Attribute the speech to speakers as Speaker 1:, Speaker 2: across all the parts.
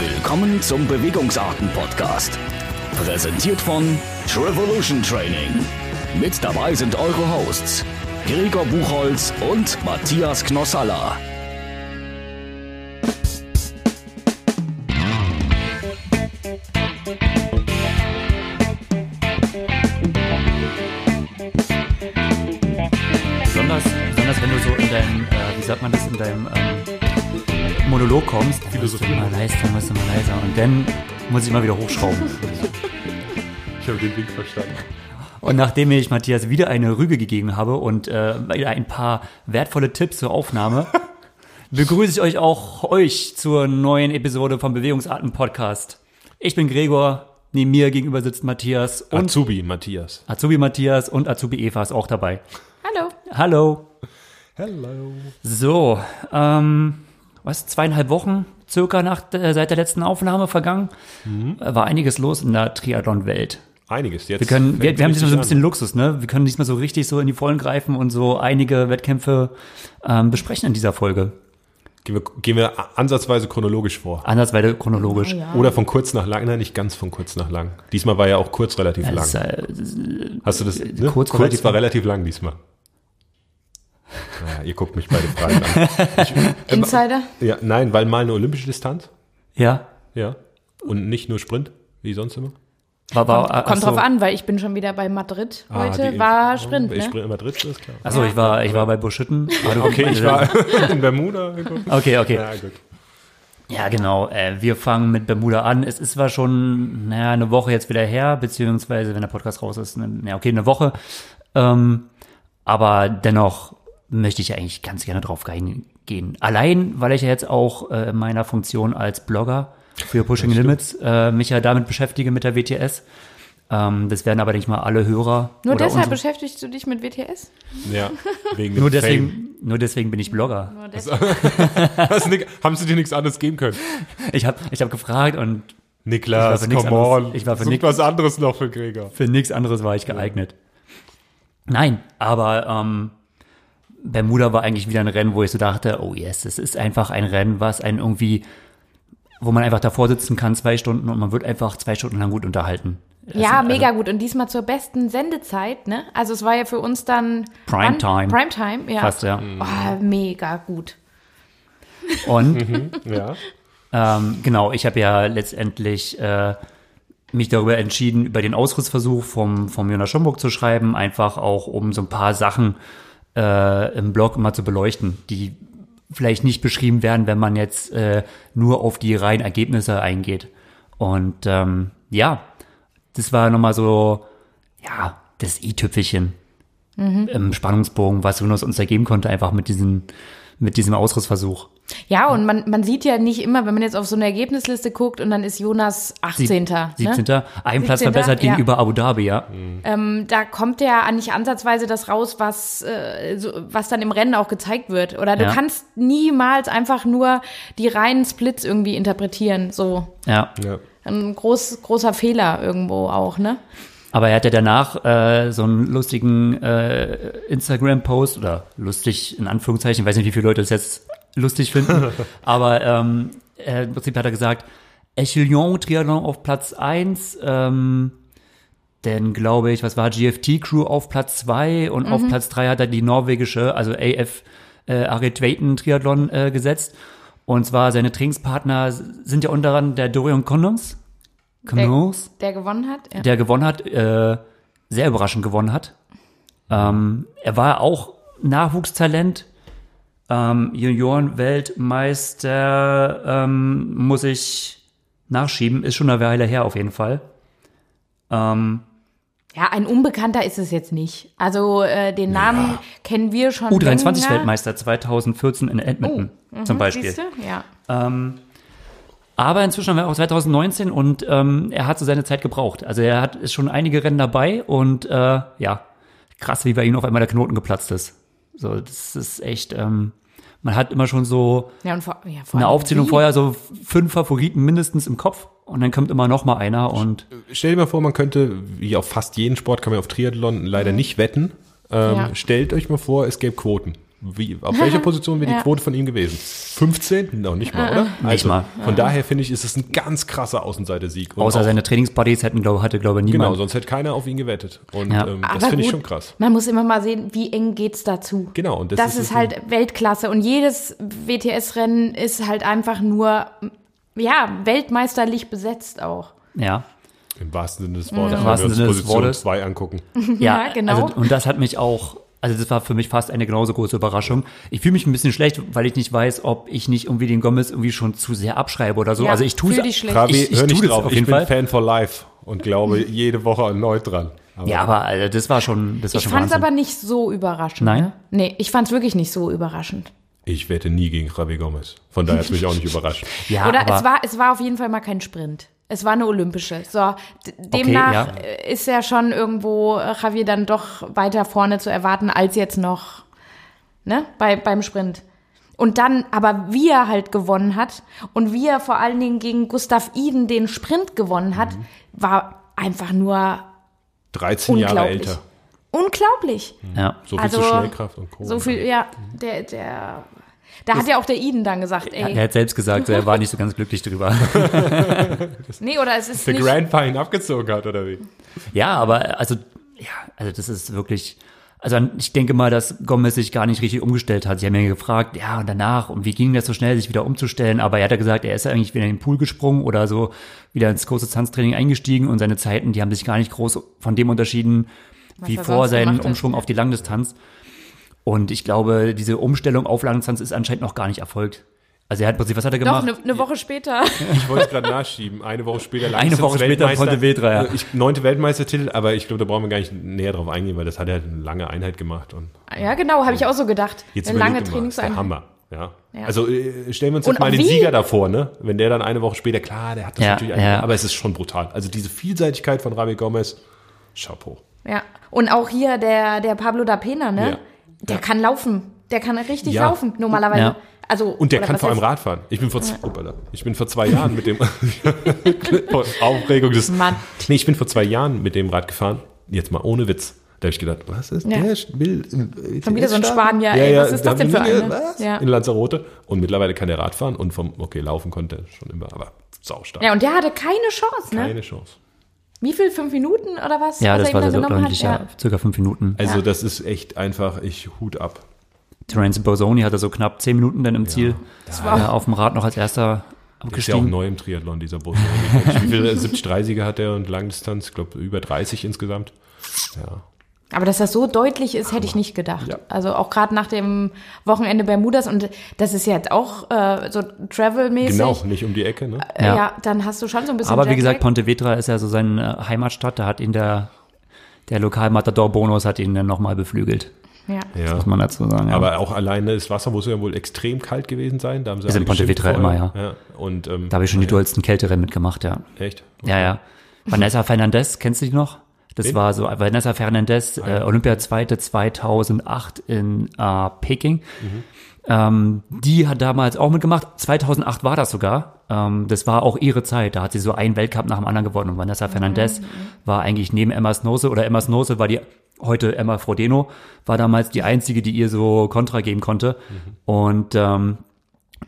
Speaker 1: Willkommen zum Bewegungsarten-Podcast. Präsentiert von Trivolution Training. Mit dabei sind eure Hosts Gregor Buchholz und Matthias Knossalla.
Speaker 2: Besonders, besonders wenn du so in deinem, äh, wie sagt man das, in deinem ähm, Monolog kommst.
Speaker 3: Philosophie.
Speaker 2: Musst du mal leiser, musst du mal leiser. Und dann muss ich immer wieder hochschrauben.
Speaker 3: Ich habe den Wink verstanden.
Speaker 2: Und nachdem ich Matthias wieder eine Rüge gegeben habe und äh, wieder ein paar wertvolle Tipps zur Aufnahme, begrüße ich euch auch euch zur neuen Episode vom Bewegungsarten Podcast. Ich bin Gregor, neben mir gegenüber sitzt Matthias und
Speaker 3: Azubi, Matthias.
Speaker 2: Azubi Matthias und Azubi Eva ist auch dabei.
Speaker 4: Hallo.
Speaker 2: Hallo.
Speaker 3: Hello.
Speaker 2: So, ähm, was, zweieinhalb Wochen circa nach, äh, seit der letzten Aufnahme vergangen,
Speaker 3: Mhm.
Speaker 2: Äh, war einiges los in der Triathlon-Welt.
Speaker 3: Einiges jetzt.
Speaker 2: Wir, können, wir,
Speaker 3: fängt
Speaker 2: wir haben
Speaker 3: richtig
Speaker 2: diesmal so ein bisschen
Speaker 3: an.
Speaker 2: Luxus, ne? Wir können diesmal so richtig so in die Vollen greifen und so einige Wettkämpfe ähm, besprechen in dieser Folge.
Speaker 3: Gehen wir, gehen wir a- ansatzweise chronologisch vor.
Speaker 2: Andersweise chronologisch.
Speaker 3: Oder von kurz nach lang. Nein, nicht ganz von kurz nach lang. Diesmal war ja auch kurz relativ
Speaker 2: Das
Speaker 3: lang.
Speaker 2: ist, äh,
Speaker 3: Hast du das? Ne?
Speaker 2: kurz relativ-
Speaker 3: war relativ lang diesmal. Ja, ihr guckt mich beide Fragen an.
Speaker 4: Insider?
Speaker 3: Ja, nein, weil mal eine olympische Distanz.
Speaker 2: ja.
Speaker 3: Ja. Und nicht nur Sprint, wie sonst immer.
Speaker 2: War, war, ach
Speaker 4: Kommt
Speaker 2: so.
Speaker 4: drauf an, weil ich bin schon wieder bei Madrid
Speaker 3: Ah,
Speaker 4: heute.
Speaker 3: die-
Speaker 4: war Sprint,
Speaker 3: Ich
Speaker 4: ne?
Speaker 3: Sprint in Madrid, ist klar.
Speaker 2: Achso, ich war, ich war bei Buschitten. Aber du-
Speaker 3: Okay, ich war in Bermuda.
Speaker 2: also Okay, okay.
Speaker 3: Ja, gut.
Speaker 2: Ja, genau. Äh, wir fangen mit Bermuda an. Es ist zwar schon naja, eine Woche jetzt wieder her, beziehungsweise wenn der Podcast raus ist, ne, ja, okay, eine Woche. Ähm, aber dennoch möchte ich ja eigentlich ganz gerne drauf gehen. gehen. Allein, weil ich ja jetzt auch äh, in meiner Funktion als Blogger für Pushing Limits äh, mich ja damit beschäftige mit der WTS. Ähm, das werden aber nicht mal alle Hörer.
Speaker 4: Nur
Speaker 2: oder
Speaker 4: deshalb
Speaker 2: unsere,
Speaker 4: beschäftigst du dich mit WTS?
Speaker 3: Ja, wegen dem
Speaker 2: nur
Speaker 3: Fame.
Speaker 2: deswegen, nur deswegen bin ich Blogger.
Speaker 4: Nur deshalb.
Speaker 3: Hast du nicht- Also haben sie dir nichts anderes geben können?
Speaker 2: Ich habe ich hab gefragt und
Speaker 3: Niklas,
Speaker 2: Ich war für
Speaker 3: come
Speaker 2: nix anderes-
Speaker 3: on.
Speaker 2: ich war für
Speaker 3: Sucht
Speaker 2: nix-
Speaker 3: was anderes noch für Gregor.
Speaker 2: Für nichts anderes war ich geeignet. Nein, aber ähm, Bermuda war eigentlich wieder ein Rennen, wo ich so dachte, oh yes, es ist einfach ein Rennen, was einen irgendwie, wo man einfach davor sitzen kann, zwei Stunden und man wird einfach zwei Stunden lang gut unterhalten.
Speaker 4: Ja, mega gut. Und diesmal zur besten Sendezeit, ne? Also es war ja für uns dann
Speaker 2: Primetime.
Speaker 4: Wann? Primetime, ja.
Speaker 2: Fast, ja.
Speaker 4: Oh, mega gut.
Speaker 2: Und
Speaker 3: Ja.
Speaker 2: ähm, genau, ich habe ja letztendlich äh, mich darüber entschieden, über den Ausrissversuch vom, vom Jonas Schomburg zu schreiben, einfach auch, um so ein paar Sachen äh, im Blog mal zu beleuchten, die vielleicht nicht beschrieben werden, wenn man jetzt äh, nur auf die reinen Ergebnisse eingeht. Und ähm, ja, das war nochmal so, ja, das i-Tüpfelchen im Spannungsbogen, was Jonas uns ergeben konnte, einfach mit diesem, mit diesem Ausrissversuch.
Speaker 4: Ja, und man, man sieht ja nicht immer, wenn man jetzt auf so eine Ergebnisliste guckt und dann ist Jonas 18. ne?
Speaker 2: 17. Ein Platz
Speaker 4: 17.,
Speaker 2: verbessert
Speaker 4: ja. Mhm.
Speaker 2: gegenüber Abu Dhabi, ja.
Speaker 4: da kommt ja an- nicht ansatzweise das raus, was, äh, so, was dann im Rennen auch gezeigt wird. Oder du
Speaker 2: Ja.
Speaker 4: kannst niemals einfach nur die reinen Splits irgendwie interpretieren. So
Speaker 2: Ja,
Speaker 3: ja.
Speaker 4: ein groß, großer Fehler irgendwo auch, ne?
Speaker 2: aber er hat ja danach äh, so einen lustigen äh, Instagram-Post oder lustig in Anführungszeichen, ich weiß nicht, wie viele Leute das jetzt lustig finden, aber ähm, äh, im Prinzip hat er gesagt, Echelion Triathlon auf Platz 1, ähm, denn glaube ich, was war GFT Crew auf Platz 2 und auf Platz 3 hat er die norwegische, also AF äh, Aretvaten Triathlon äh, gesetzt. Und zwar seine Trainingspartner sind ja unter anderem der Dorian Condoms. Condoms
Speaker 4: Der gewonnen hat. Ja.
Speaker 2: der gewonnen hat, äh, sehr überraschend gewonnen hat. Ähm, er war auch Nachwuchstalent, ähm, Junioren-Weltmeister, ähm, muss ich nachschieben, ist schon eine Weile her auf jeden Fall. Ähm,
Speaker 4: ja, ein Unbekannter ist es jetzt nicht. Also äh, den Namen kennen wir schon. länger.
Speaker 2: U23-Weltmeister 2014 in Edmonton zum Beispiel.
Speaker 4: Siehst du? Ja.
Speaker 2: Ähm, aber inzwischen haben wir auch 2019 und ähm, er hat so seine Zeit gebraucht. Also er hat ist schon einige Rennen dabei und äh, ja, krass, wie bei ihm auf einmal der Knoten geplatzt ist. So, das ist echt, ähm, man hat immer schon so
Speaker 4: ja, und vor, ja, vor
Speaker 2: eine
Speaker 4: allem
Speaker 2: Aufzählung
Speaker 4: wie?
Speaker 2: vorher, so fünf Favoriten mindestens im Kopf und dann kommt immer noch mal einer und
Speaker 3: Stell dir mal vor, man könnte, wie Mhm. auf fast jeden Sport, kann man auf Triathlon leider nicht wetten. Ähm,
Speaker 4: Ja.
Speaker 3: Stellt euch mal vor, es gäbe Quoten. wie, auf welcher Position wäre die
Speaker 4: Ja. Äh,
Speaker 3: Quote von ihm gewesen? 15? Noch nicht mal, oder? Also
Speaker 2: Nicht mal.
Speaker 3: Von daher finde ich, ist es ein ganz krasser Außenseitersieg. Und
Speaker 2: Außer
Speaker 3: auch,
Speaker 2: seine Trainingsbuddies hätten, glaub, hatte, glaube ich,
Speaker 3: Genau,
Speaker 2: niemand.
Speaker 3: sonst hätte keiner auf ihn gewettet. Und
Speaker 2: Ja.
Speaker 3: ähm,
Speaker 4: Aber
Speaker 3: das finde ich
Speaker 4: gut,
Speaker 3: schon krass.
Speaker 4: Man muss immer mal sehen, wie eng geht's dazu.
Speaker 3: Genau, und
Speaker 4: Und
Speaker 3: das
Speaker 4: das,
Speaker 3: ist-
Speaker 4: ist, halt Weltklasse. Und jedes WTS-Rennen ist halt einfach nur, ja, weltmeisterlich besetzt auch.
Speaker 2: Ja.
Speaker 3: Im wahrsten Sinne des Wortes.
Speaker 2: Im
Speaker 3: wenn
Speaker 2: wahrsten
Speaker 3: wir uns
Speaker 2: Sinne des
Speaker 3: Position
Speaker 2: Wortes.
Speaker 3: 2 angucken.
Speaker 2: Ja,
Speaker 4: Ja, genau.
Speaker 2: Also, und das hat mich auch, also das war für mich fast eine genauso große Überraschung. Ich fühle mich ein bisschen schlecht, weil ich nicht weiß, ob ich nicht irgendwie den Gomez irgendwie schon zu sehr abschreibe oder so.
Speaker 4: Ja,
Speaker 2: also ich tue
Speaker 4: fühl dich schlecht.
Speaker 3: Trabi,
Speaker 2: ich, ich
Speaker 3: hör
Speaker 2: tu
Speaker 3: nicht
Speaker 2: das
Speaker 3: drauf.
Speaker 2: auf
Speaker 3: ich
Speaker 2: jeden
Speaker 3: bin
Speaker 2: Fall.
Speaker 3: Fan for Life und glaube jede Woche erneut dran. Aber
Speaker 2: Ja, aber also, das war schon, das war
Speaker 4: Ich
Speaker 2: schon
Speaker 4: fand's
Speaker 2: Wahnsinn.
Speaker 4: aber nicht so überraschend.
Speaker 2: Nein?
Speaker 4: ne? Nee, ich fand's wirklich nicht so überraschend.
Speaker 3: Ich wette nie gegen Javi Gomez. Von daher hat mich auch nicht überrascht.
Speaker 2: ja,
Speaker 4: Oder
Speaker 2: aber,
Speaker 4: es war, es war auf jeden Fall mal kein Sprint. Es war eine olympische. So, d- demnach
Speaker 2: ja.
Speaker 4: äh, ist ja schon irgendwo äh, Javier dann doch weiter vorne zu erwarten als jetzt noch ne, bei, beim Sprint. Und dann, aber wie er halt gewonnen hat und wie er vor allen Dingen gegen Gustav Iden den Sprint gewonnen hat,
Speaker 2: Mhm.
Speaker 4: war einfach nur
Speaker 3: 13 Jahre
Speaker 4: unglaublich.
Speaker 3: älter.
Speaker 4: Unglaublich.
Speaker 2: ja.
Speaker 3: So viel
Speaker 4: Also,
Speaker 3: zu Schnellkraft und Co.
Speaker 4: So viel, ja,
Speaker 2: Mhm.
Speaker 4: der, der, da hat ja auch der Iden dann gesagt, ey,
Speaker 2: Er hat selbst gesagt, er war nicht so ganz glücklich drüber.
Speaker 4: nee, oder es ist
Speaker 3: Der
Speaker 4: nicht,
Speaker 3: Grandpa ihn abgezogen hat, oder wie?
Speaker 2: Ja, aber also, ja, also das ist wirklich. Also an- ich denke mal, dass Gomez sich gar nicht richtig umgestellt hat. Sie haben ja gefragt, ja, und danach, und wie ging das so schnell, sich wieder umzustellen? Aber er hat ja gesagt, er ist ja eigentlich wieder in den Pool gesprungen oder so wieder ins große Tanztraining eingestiegen und seine Zeiten, die haben sich gar nicht groß von dem unterschieden, wie
Speaker 4: er
Speaker 2: vor
Speaker 4: sonst
Speaker 2: seinem
Speaker 4: gemacht hat.
Speaker 2: Umschwung auf die Langdistanz. Und ich glaube, diese Umstellung auf Langdistanz ist anscheinend noch gar nicht erfolgt. Also er hat plötzlich, was hat er
Speaker 4: doch,
Speaker 2: gemacht?
Speaker 4: eine eine Woche später.
Speaker 3: Ich wollte es gerade nachschieben. Eine Woche später lang
Speaker 2: Eine Woche später Pontevedra, ja.
Speaker 3: Ich, neunte Weltmeistertitel, aber ich glaube, da brauchen wir gar nicht näher drauf eingehen, weil das hat er halt eine lange Einheit gemacht. Und
Speaker 4: Ja, genau, habe ich auch so gedacht.
Speaker 3: jetzt
Speaker 4: Eine lange
Speaker 3: überleg mal, ist der
Speaker 4: Trainingseinheit.
Speaker 3: Hammer. Ja. Also äh, stellen wir uns jetzt
Speaker 4: Und
Speaker 3: mal
Speaker 4: auch
Speaker 3: den
Speaker 4: wie-
Speaker 3: Sieger davor, ne? Wenn der dann eine Woche später, klar, der hat das
Speaker 2: Ja,
Speaker 3: natürlich,
Speaker 2: ja.
Speaker 3: aber es ist schon brutal. Also diese Vielseitigkeit von Rabi Gomez, Chapeau.
Speaker 4: Ja. Und auch hier der, der Pablo da Pena, ne?
Speaker 3: Ja.
Speaker 4: Der kann laufen. Der kann richtig
Speaker 3: Ja.
Speaker 4: laufen, normalerweise.
Speaker 2: Ja.
Speaker 4: Also,
Speaker 3: Und der
Speaker 4: oder
Speaker 3: kann
Speaker 4: was
Speaker 3: vor allem
Speaker 4: heißt-
Speaker 3: Radfahren. Ich bin vor, z- Uppala. ich bin vor zwei Jahren mit dem Vor Aufregung des
Speaker 4: Mann.
Speaker 3: Nee, ich bin vor zwei Jahren mit dem Rad gefahren. Jetzt mal ohne Witz. Da habe ich gedacht, was ist
Speaker 4: Ja.
Speaker 3: der? Will, äh,
Speaker 4: Schon wieder so ein Spanier,
Speaker 3: Ja,
Speaker 4: ey,
Speaker 3: ja,
Speaker 4: was ist
Speaker 3: da
Speaker 4: das denn
Speaker 3: haben
Speaker 4: für
Speaker 3: wir-
Speaker 4: eine?
Speaker 3: was?
Speaker 4: Ja.
Speaker 3: In Lanzarote. Und mittlerweile kann der Rad fahren und vom, okay, laufen konnte er schon immer, aber saustark.
Speaker 4: Ja, und der hatte keine Chance, ne?
Speaker 3: Keine Chance.
Speaker 4: Wie viel? Fünf Minuten oder was?
Speaker 2: ja,
Speaker 4: was
Speaker 2: das
Speaker 4: ihm
Speaker 2: war
Speaker 4: da
Speaker 2: sehr
Speaker 4: genommen hat?
Speaker 2: deutlich, ja. circa fünf Minuten.
Speaker 3: Also das ist echt einfach, ich Hut ab.
Speaker 2: Terence Bosoni hatte so knapp zehn Minuten dann im Ziel äh, auf dem Rad noch als erster
Speaker 3: Ist ja auch
Speaker 2: abgestiegen.
Speaker 3: neu im Triathlon, dieser Bus. Also Wie viele 70-30er hat er und Langdistanz? Ich glaube, über 30 insgesamt. Ja.
Speaker 4: Aber dass das so deutlich ist, hätte ich nicht gedacht.
Speaker 3: Ja.
Speaker 4: Also auch gerade nach dem Wochenende Bermudas und das ist ja jetzt auch äh, so Travel-mäßig.
Speaker 3: Genau, nicht um die Ecke, ne?
Speaker 4: Äh,
Speaker 2: Ja.
Speaker 4: ja. dann hast du schon so ein bisschen.
Speaker 2: Aber wie
Speaker 4: Jetlag.
Speaker 2: gesagt, Pontevedra ist ja so seine äh, Heimatstadt, da hat ihn der, der Lokalmatador-Bonus hat ihn dann nochmal beflügelt,
Speaker 4: ja.
Speaker 3: Ja.
Speaker 2: muss man dazu sagen. Ja.
Speaker 3: Aber auch alleine das Wasser muss ja wohl extrem kalt gewesen sein. Da haben sie
Speaker 2: Ist
Speaker 3: alle
Speaker 2: in Pontevedra
Speaker 3: geschimpft vorher.
Speaker 2: immer,
Speaker 3: ja. Und, ähm,
Speaker 2: da habe ich schon die dollsten Kälterennen mitgemacht, ja.
Speaker 3: Echt?
Speaker 2: Ja, ja. Vanessa Fernandez, kennst du die noch? Das
Speaker 3: Wen?
Speaker 2: war so, Vanessa Fernandez, äh, Olympia-Zweite 2008 in äh, Peking. Ähm, die hat damals auch mitgemacht. 2008 war das sogar. Ähm, das war auch ihre Zeit. Da hat sie so einen Weltcup nach dem anderen gewonnen. Und Vanessa Fernandez war eigentlich neben Emma Snose oder Emma Snose war die heute Emma Frodeno, war damals die einzige, die ihr so Kontra geben konnte. Und ähm,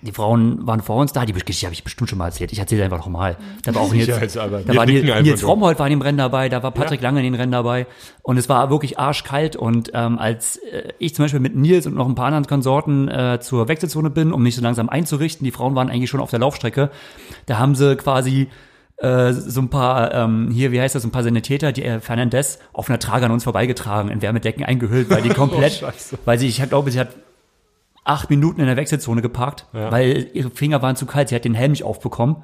Speaker 2: die Frauen waren vor uns da, die Geschichte habe ich bestimmt schon mal erzählt. Ich erzähle einfach nochmal. Da war auch Nils,
Speaker 3: Sicherheitsarbeit.
Speaker 2: da
Speaker 3: Wir
Speaker 2: war
Speaker 3: nicken
Speaker 2: Nils,
Speaker 3: einfach
Speaker 2: Nils
Speaker 3: nur.
Speaker 2: Romhold war in dem Rennen dabei, da war Patrick Lange in den Rennen dabei und es war wirklich arschkalt und ähm, als äh, ich zum Beispiel mit Nils und noch ein paar anderen Konsorten äh, zur Wechselzone bin, um mich so langsam einzurichten, die Frauen waren eigentlich schon auf der Laufstrecke, da haben sie quasi äh, so ein paar, ähm, hier, wie heißt das, so ein paar Sanitäter, die äh, Fernandez auf einer Trage an uns vorbeigetragen, in Wärmedecken eingehüllt, weil die komplett,
Speaker 3: Oh, Scheiße.
Speaker 2: weil sie, ich glaube, sie hat acht Minuten in der Wechselzone geparkt, weil ihre Finger waren zu kalt. Sie hat den Helm nicht aufbekommen.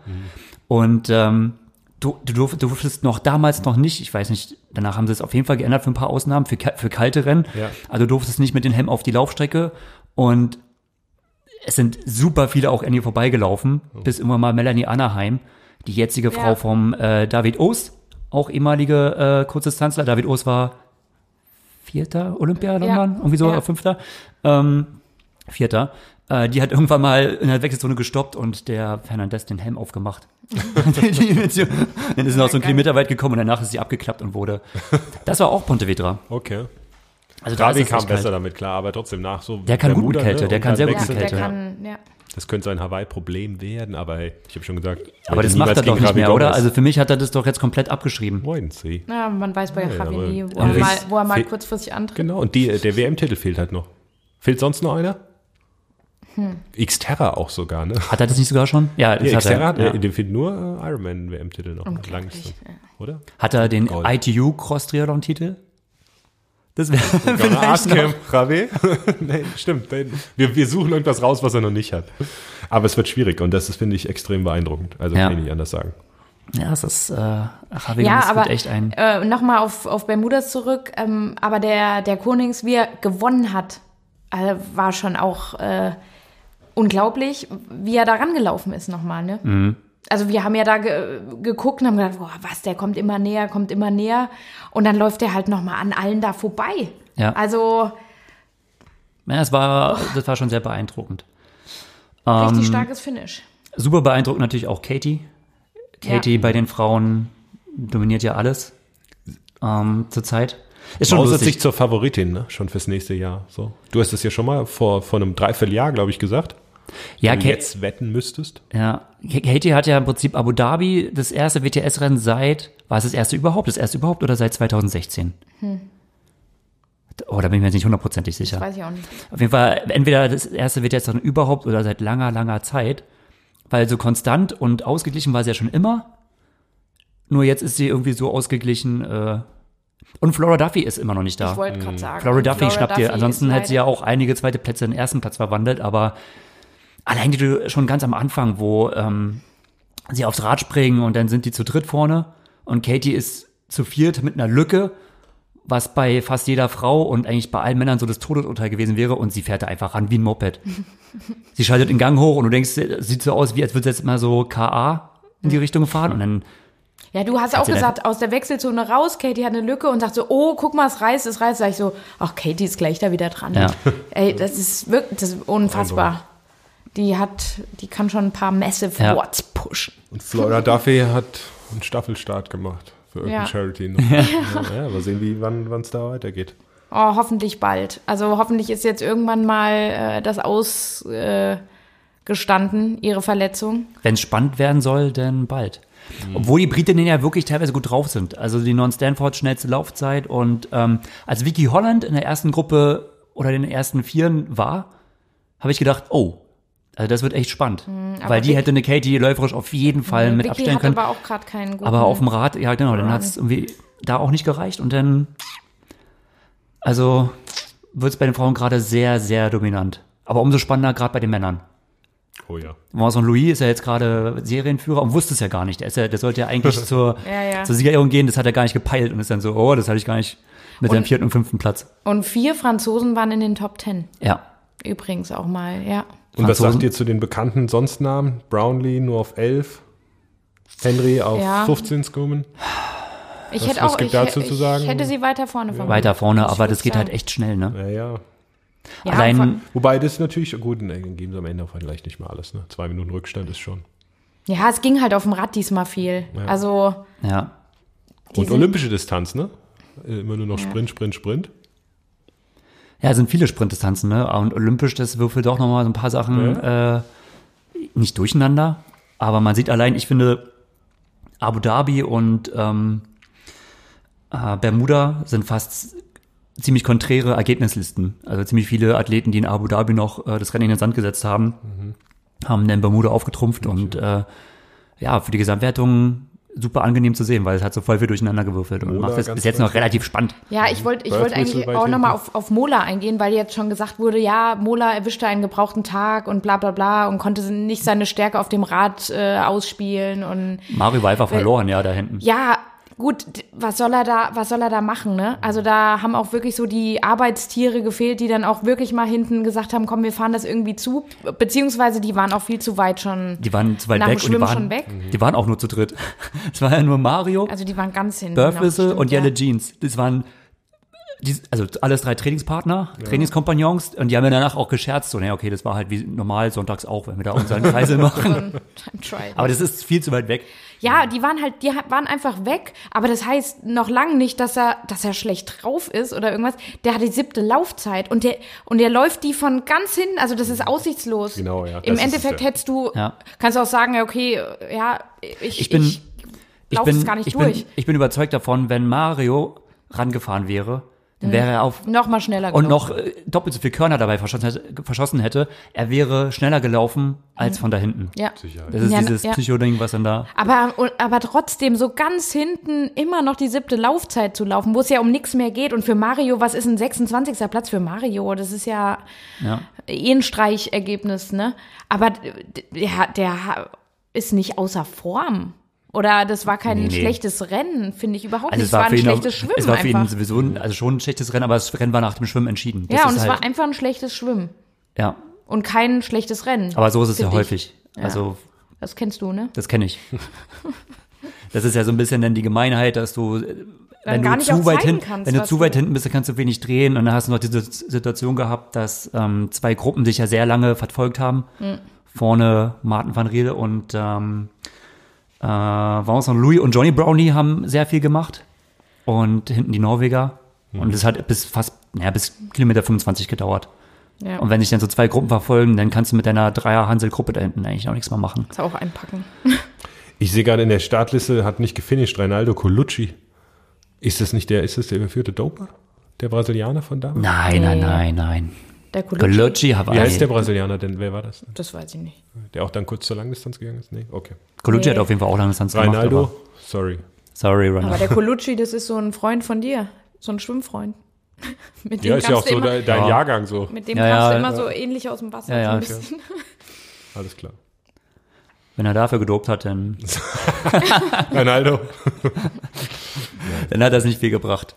Speaker 2: Und ähm, du, du durf- du durftest noch damals noch nicht, ich weiß nicht, danach haben sie es auf jeden Fall geändert für ein paar Ausnahmen, für, ka- für kalte Rennen.
Speaker 3: Ja.
Speaker 2: Also du durftest nicht mit dem Helm auf die Laufstrecke. Und es sind super viele auch an ihr vorbeigelaufen, bis immer mal Melanie Anaheim, die jetzige Frau vom äh, David Oos, auch ehemalige äh, Kurzdistanzler. David Oos war Vierter Olympia London, irgendwie so,
Speaker 4: Ja.
Speaker 2: Fünfter. Ähm, Vierter. Äh, die hat irgendwann mal in der Wechselzone gestoppt und der Fernandes den Helm aufgemacht. Die Dimension. dann ist sie noch so einen Kilometer weit gekommen und danach ist sie abgeklappt und wurde. Das war auch Pontevedra.
Speaker 3: Okay.
Speaker 2: Also da
Speaker 3: Ravi
Speaker 2: ist es
Speaker 3: kam
Speaker 2: nicht kalt.
Speaker 3: besser damit klar, aber trotzdem nach so.
Speaker 2: Der kann
Speaker 3: Bermuda,
Speaker 2: guten Kälte,
Speaker 3: ne,
Speaker 2: der
Speaker 3: und
Speaker 2: kann
Speaker 3: dann
Speaker 2: sehr guten
Speaker 4: Ja, also
Speaker 3: wechselt
Speaker 4: der
Speaker 2: Kälte.
Speaker 4: kann, ja.
Speaker 3: Das könnte so ein Hawaii-Problem werden, aber hey, ich habe schon gesagt.
Speaker 2: Aber das macht er doch nicht mehr, oder? Also für mich hat er das doch jetzt komplett abgeschrieben.
Speaker 3: Moin, see.
Speaker 4: Ja, man weiß bei
Speaker 3: Ja,
Speaker 4: Javi
Speaker 3: aber-
Speaker 4: nie, wo,
Speaker 3: Ja,
Speaker 4: er
Speaker 3: das-
Speaker 4: mal, wo er mal
Speaker 3: Fe-
Speaker 4: kurzfristig antritt.
Speaker 3: Genau, und die, äh, der WM-Titel fehlt halt noch. Fehlt sonst noch einer? Xterra auch sogar, ne?
Speaker 2: Hat er das nicht sogar schon? Ja, Hm. das
Speaker 3: Ja,
Speaker 2: hat
Speaker 3: Xterra,
Speaker 2: er.
Speaker 3: hat,
Speaker 2: Ja.
Speaker 3: äh, dem fehlt nur äh, Ironman-WM-Titel noch.
Speaker 4: Unglaublich,
Speaker 3: Langsam, Oder?
Speaker 2: Hat er den
Speaker 3: Gold.
Speaker 2: ITU Cross-Triathlon-Titel? Das wäre vielleicht
Speaker 3: Ask
Speaker 2: noch.
Speaker 3: him, Ravi. nee, stimmt. nein. Wir, wir suchen irgendwas raus, was er noch nicht hat. Aber es wird schwierig und das ist, finde ich extrem beeindruckend. Also
Speaker 2: Ja.
Speaker 3: kann ich nicht anders sagen.
Speaker 2: Ja, das ist, äh, Javi
Speaker 4: Ja,
Speaker 2: Gomez
Speaker 4: aber
Speaker 2: wird echt ein.
Speaker 4: äh, nochmal auf, auf Bermudas zurück. Ähm, aber der, der Konings, wie er gewonnen hat, äh, war schon auch äh, unglaublich, wie er da rangelaufen ist nochmal. Ne?
Speaker 2: Mhm.
Speaker 4: Also wir haben ja da ge geguckt und haben gedacht, boah, was, der kommt immer näher, kommt immer näher. Und dann läuft der halt nochmal an allen da vorbei.
Speaker 2: Ja.
Speaker 4: Also
Speaker 2: Ja, es war, das war schon sehr beeindruckend. Ähm,
Speaker 4: richtig starkes Finish.
Speaker 2: Super beeindruckend natürlich auch Katie. Katie bei den Frauen dominiert ja alles ähm, zurzeit. Ist schon
Speaker 3: Mausert
Speaker 2: lustig.
Speaker 3: sich zur Favoritin, ne? Schon fürs nächste Jahr. So. Du hast es ja schon mal vor, vor einem Dreivierteljahr, glaube ich, gesagt.
Speaker 2: ja,
Speaker 3: Wenn
Speaker 2: Ka-
Speaker 3: du jetzt wetten müsstest.
Speaker 2: ja, Ka- Katie hat ja im Prinzip Abu Dhabi das erste WTS-Rennen seit, war es das erste überhaupt? Das erste überhaupt oder seit 2016? Oh, da bin ich mir jetzt nicht hundertprozentig sicher.
Speaker 4: Weiß ich auch nicht.
Speaker 2: Auf jeden Fall, entweder das erste wird jetzt dann überhaupt oder seit langer, langer Zeit. Weil so konstant und ausgeglichen war sie ja schon immer. Nur jetzt ist sie irgendwie so ausgeglichen. Äh und Flora Duffy ist immer noch nicht da.
Speaker 4: Ich wollte gerade sagen.
Speaker 2: Flora Mhm. Duffy schnappt dir.
Speaker 4: Duffy
Speaker 2: Ansonsten
Speaker 4: ist
Speaker 2: hätte sie ja auch einige zweite Plätze in den ersten Platz verwandelt, aber allein die du schon ganz am Anfang, wo ähm, sie aufs Rad springen und dann sind die zu dritt vorne und Katie ist zu viert mit einer Lücke, was bei fast jeder Frau und eigentlich bei allen Männern so das Todesurteil gewesen wäre und sie fährt da einfach ran wie ein Moped. sie schaltet den Gang hoch und du denkst, es sieht so aus, wie als würde sie jetzt mal so K.A. in die Richtung fahren und dann
Speaker 4: Ja, du hast auch
Speaker 2: sie
Speaker 4: gesagt, aus der Wechselzone raus, Katie hat eine Lücke und sagt so, oh, guck mal, es reißt, es reißt. Sag ich so, ach, Katie ist gleich da wieder dran.
Speaker 2: Ja.
Speaker 4: Ey, das ist wirklich, das ist unfassbar. Die hat, die kann schon ein paar Massive
Speaker 2: Ja.
Speaker 4: Watts pushen.
Speaker 3: Und Flora Duffy hat einen Staffelstart gemacht für irgendein
Speaker 4: Ja.
Speaker 3: Charity. Ne? Ja. ja, mal sehen, wie wann es da weitergeht.
Speaker 4: Oh, hoffentlich bald. Also hoffentlich ist jetzt irgendwann mal äh, das ausgestanden, äh, gestanden, ihre Verletzung.
Speaker 2: wenn es spannend werden soll, dann bald. Obwohl die Britinnen ja wirklich teilweise gut drauf sind. Also die Non-Stanford schnellste Laufzeit und ähm, als Vicky Holland in der ersten Gruppe oder den ersten Vieren war, habe ich gedacht, oh, also das wird echt spannend. Weil die
Speaker 4: Mhm, Vicky-
Speaker 2: hätte eine Katie läuferisch auf jeden Fall Äh, mit
Speaker 4: Vicky
Speaker 2: abstellen
Speaker 4: hat
Speaker 2: können.
Speaker 4: aber auch gerade keinen guten.
Speaker 2: Aber auf dem Rad, ja genau, dann hat es irgendwie da auch nicht gereicht und dann, also wird es bei den Frauen gerade sehr, sehr dominant. Aber umso spannender gerade bei den Männern.
Speaker 3: Oh ja.
Speaker 2: Vincent Louis ist ja jetzt gerade Serienführer und wusste es ja gar nicht. Der, ist ja, der sollte ja eigentlich zur,
Speaker 4: Ja, ja.
Speaker 2: zur Siegerehrung gehen, das hat er gar nicht gepeilt und ist dann so, oh, das hatte ich gar nicht mit seinem vierten und fünften Platz.
Speaker 4: und vier Franzosen waren in den Top Ten.
Speaker 2: Ja.
Speaker 4: Übrigens auch mal, ja.
Speaker 3: Und was
Speaker 2: Franzosen-
Speaker 3: sagt ihr zu den bekannten Sonstnamen? Brownlee nur auf 11, Henry auf
Speaker 4: Ja.
Speaker 3: 15 Skummen.
Speaker 4: Ich
Speaker 3: Was-
Speaker 4: hätte
Speaker 3: was
Speaker 4: auch,
Speaker 3: gibt
Speaker 4: ich,
Speaker 3: dazu zu
Speaker 4: ich
Speaker 3: sagen?
Speaker 4: hätte sie weiter vorne vermutet.
Speaker 2: Weiter vorne,
Speaker 4: muss ich
Speaker 2: aber
Speaker 4: gut
Speaker 2: das geht
Speaker 4: sagen.
Speaker 2: halt echt schnell, ne?
Speaker 3: Ja, ja.
Speaker 4: Ja,
Speaker 2: Allein,
Speaker 3: Wobei das natürlich, gut, ne, geben sie am Ende vielleicht nicht mal alles. Ne? Zwei Minuten Rückstand ist schon.
Speaker 4: Ja, es ging halt auf dem Rad diesmal viel. Also,
Speaker 2: ja.
Speaker 4: Die
Speaker 3: Und
Speaker 4: sind-
Speaker 3: olympische Distanz, ne? Äh, Immer nur noch Sprint, Sprint, Sprint.
Speaker 2: Ja, sind viele Sprintdistanzen, ne? Und olympisch, das würfelt doch nochmal so ein paar Sachen äh, nicht durcheinander. Aber man sieht allein, ich finde, Abu Dhabi und ähm, äh, Bermuda sind fast ziemlich konträre Ergebnislisten. Also ziemlich viele Athleten, die in Abu Dhabi noch äh, das Rennen in den Sand gesetzt haben, haben dann Bermuda aufgetrumpft und äh, ja, für die Gesamtwertung super angenehm zu sehen, weil es hat so voll viel durcheinander gewürfelt und
Speaker 3: Mola
Speaker 2: macht es
Speaker 3: ganz
Speaker 2: bis jetzt noch
Speaker 3: weit
Speaker 2: relativ spannend.
Speaker 4: ja, ich wollte ich
Speaker 3: Bird Whistle
Speaker 4: wollte eigentlich
Speaker 3: weit
Speaker 4: auch
Speaker 3: hinten.
Speaker 4: nochmal auf, auf Mola eingehen, weil jetzt schon gesagt wurde, ja, Mola erwischte einen gebrauchten Tag und bla bla bla und konnte nicht seine Stärke auf dem Rad äh, ausspielen und
Speaker 2: Mario war einfach verloren, ja, da hinten.
Speaker 4: ja, gut, d- was soll er da, was soll er da machen, ne? Also da haben auch wirklich so die Arbeitstiere gefehlt, die dann auch wirklich mal hinten gesagt haben, komm, wir fahren das irgendwie zu, beziehungsweise die waren auch viel zu weit schon.
Speaker 2: Die waren zu weit
Speaker 4: Nach dem
Speaker 2: weg und die
Speaker 4: Schwimmen
Speaker 2: waren,
Speaker 4: schon weg?
Speaker 2: die waren auch nur zu dritt. Es war ja nur Mario,
Speaker 4: Also die waren ganz hinten. noch
Speaker 2: Birth Whistle
Speaker 4: bestimmt,
Speaker 2: und Yellow
Speaker 4: ja.
Speaker 2: Jeans. Das waren die, also alles drei Trainingspartner, Trainingskompagnons, und die haben ja danach auch gescherzt, so, naja, okay, das war halt wie normal sonntags auch, wenn wir da unseren Kreisel machen.
Speaker 4: I'm trying.
Speaker 2: Aber das ist viel zu weit weg.
Speaker 4: Ja, die waren halt, die ha- waren einfach weg. Aber das heißt noch lange nicht, dass er, dass er schlecht drauf ist oder irgendwas. Der hat die siebte Laufzeit und der, und der läuft die von ganz hinten. Also das ist aussichtslos.
Speaker 3: Genau, ja. Das
Speaker 4: Im
Speaker 3: ist es,
Speaker 4: Endeffekt
Speaker 3: ja.
Speaker 4: hättest du,
Speaker 2: Ja.
Speaker 4: kannst du auch sagen, ja, okay, ja, ich,
Speaker 2: Ich bin-
Speaker 4: ich
Speaker 2: Ich
Speaker 4: lauf
Speaker 2: bin,
Speaker 4: es gar nicht
Speaker 2: ich
Speaker 4: durch.
Speaker 2: Bin, ich bin überzeugt davon, wenn Mario rangefahren wäre, dann wäre er auf
Speaker 4: noch mal schneller
Speaker 2: und
Speaker 4: genug.
Speaker 2: noch äh, doppelt so viel Körner dabei verschossen hätte, verschossen hätte, er wäre schneller gelaufen als von da hinten.
Speaker 4: Mhm. Ja.
Speaker 3: Sicherheit.
Speaker 2: Das ist
Speaker 4: Ja,
Speaker 2: dieses
Speaker 4: ja.
Speaker 2: Psycho-Ding, was dann da.
Speaker 4: Aber, und- aber trotzdem so ganz hinten immer noch die siebte Laufzeit zu laufen, wo es ja um nichts mehr geht. Und für Mario, was ist ein 26. Platz für Mario? Das ist ja,
Speaker 2: Ja.
Speaker 4: eh ein Streichergebnis, ne? Aber d- der, der ha- ist nicht außer Form. Oder das war kein
Speaker 2: Nee, nee.
Speaker 4: schlechtes Rennen, finde ich überhaupt
Speaker 2: Also
Speaker 4: nicht.
Speaker 2: es war,
Speaker 4: ein
Speaker 2: für ihn auch,
Speaker 4: schlechtes Schwimmen
Speaker 2: es war für ihn
Speaker 4: einfach.
Speaker 2: sowieso ein, also schon ein schlechtes Rennen, aber das Rennen war nach dem Schwimmen entschieden. Das
Speaker 4: ja,
Speaker 2: ist
Speaker 4: und es
Speaker 2: halt,
Speaker 4: war einfach ein schlechtes Schwimmen
Speaker 2: ja,
Speaker 4: und kein schlechtes Rennen.
Speaker 2: aber so ist es ja
Speaker 4: Finde ich.
Speaker 2: häufig. Also
Speaker 4: Das kennst du, ne?
Speaker 2: das kenne ich. das ist ja so ein bisschen dann die Gemeinheit, dass du äh, wenn
Speaker 4: gar
Speaker 2: du
Speaker 4: nicht
Speaker 2: zu
Speaker 4: auch
Speaker 2: weit
Speaker 4: zeigen
Speaker 2: hin,
Speaker 4: kannst,
Speaker 2: wenn du
Speaker 4: was
Speaker 2: zu
Speaker 4: du-
Speaker 2: weit hinten bist, dann kannst du wenig drehen und dann hast du noch diese S- Situation gehabt, dass ähm, zwei Gruppen sich ja sehr lange verfolgt haben.
Speaker 4: Mhm.
Speaker 2: Vorne Martin van Riel und ähm, äh, Vincent Louis und Johnny Brownie haben sehr viel gemacht und hinten die Norweger
Speaker 3: Mhm.
Speaker 2: und es hat bis fast naja, bis Kilometer 25 gedauert.
Speaker 4: Ja.
Speaker 2: Und wenn sich dann so zwei Gruppen verfolgen, dann kannst du mit deiner Dreier-Hansel-Gruppe da hinten eigentlich auch nichts mehr machen.
Speaker 4: Das auch einpacken.
Speaker 3: Ich sehe gerade in der Startliste, hat nicht gefinisht, Reinaldo Colucci. Ist das nicht der, ist das der überführte Doper? Der Brasilianer von damals?
Speaker 2: Nein, nein,
Speaker 4: Nee.
Speaker 2: nein, nein.
Speaker 4: Der Colucci,
Speaker 2: Colucci
Speaker 3: Wie heißt der
Speaker 2: Hawaii.
Speaker 3: Brasilianer denn? Wer war das?
Speaker 4: das weiß ich nicht.
Speaker 3: Der auch dann kurz zur Langdistanz gegangen ist? Nee, okay.
Speaker 2: Colucci hat
Speaker 4: Nee.
Speaker 2: auf jeden Fall auch lange Distanz gemacht. aber-
Speaker 3: Reinaldo, sorry.
Speaker 2: Sorry, Ronaldo.
Speaker 4: Aber der Colucci, das ist so ein Freund von dir. So ein Schwimmfreund. Mit dem
Speaker 3: Ja, ist ja auch
Speaker 4: kamst du
Speaker 3: so
Speaker 4: immer,
Speaker 3: de dein
Speaker 2: Ja.
Speaker 3: Jahrgang so.
Speaker 4: mit dem
Speaker 2: Ja,
Speaker 4: kamst
Speaker 2: ja,
Speaker 4: du immer
Speaker 2: ja.
Speaker 4: so ähnlich aus dem Wasser.
Speaker 2: Ja,
Speaker 4: so
Speaker 2: ja,
Speaker 4: ein bisschen.
Speaker 3: Alles klar.
Speaker 2: Wenn er dafür gedopt hat, dann,
Speaker 3: Reinaldo.
Speaker 2: dann hat das nicht viel gebracht.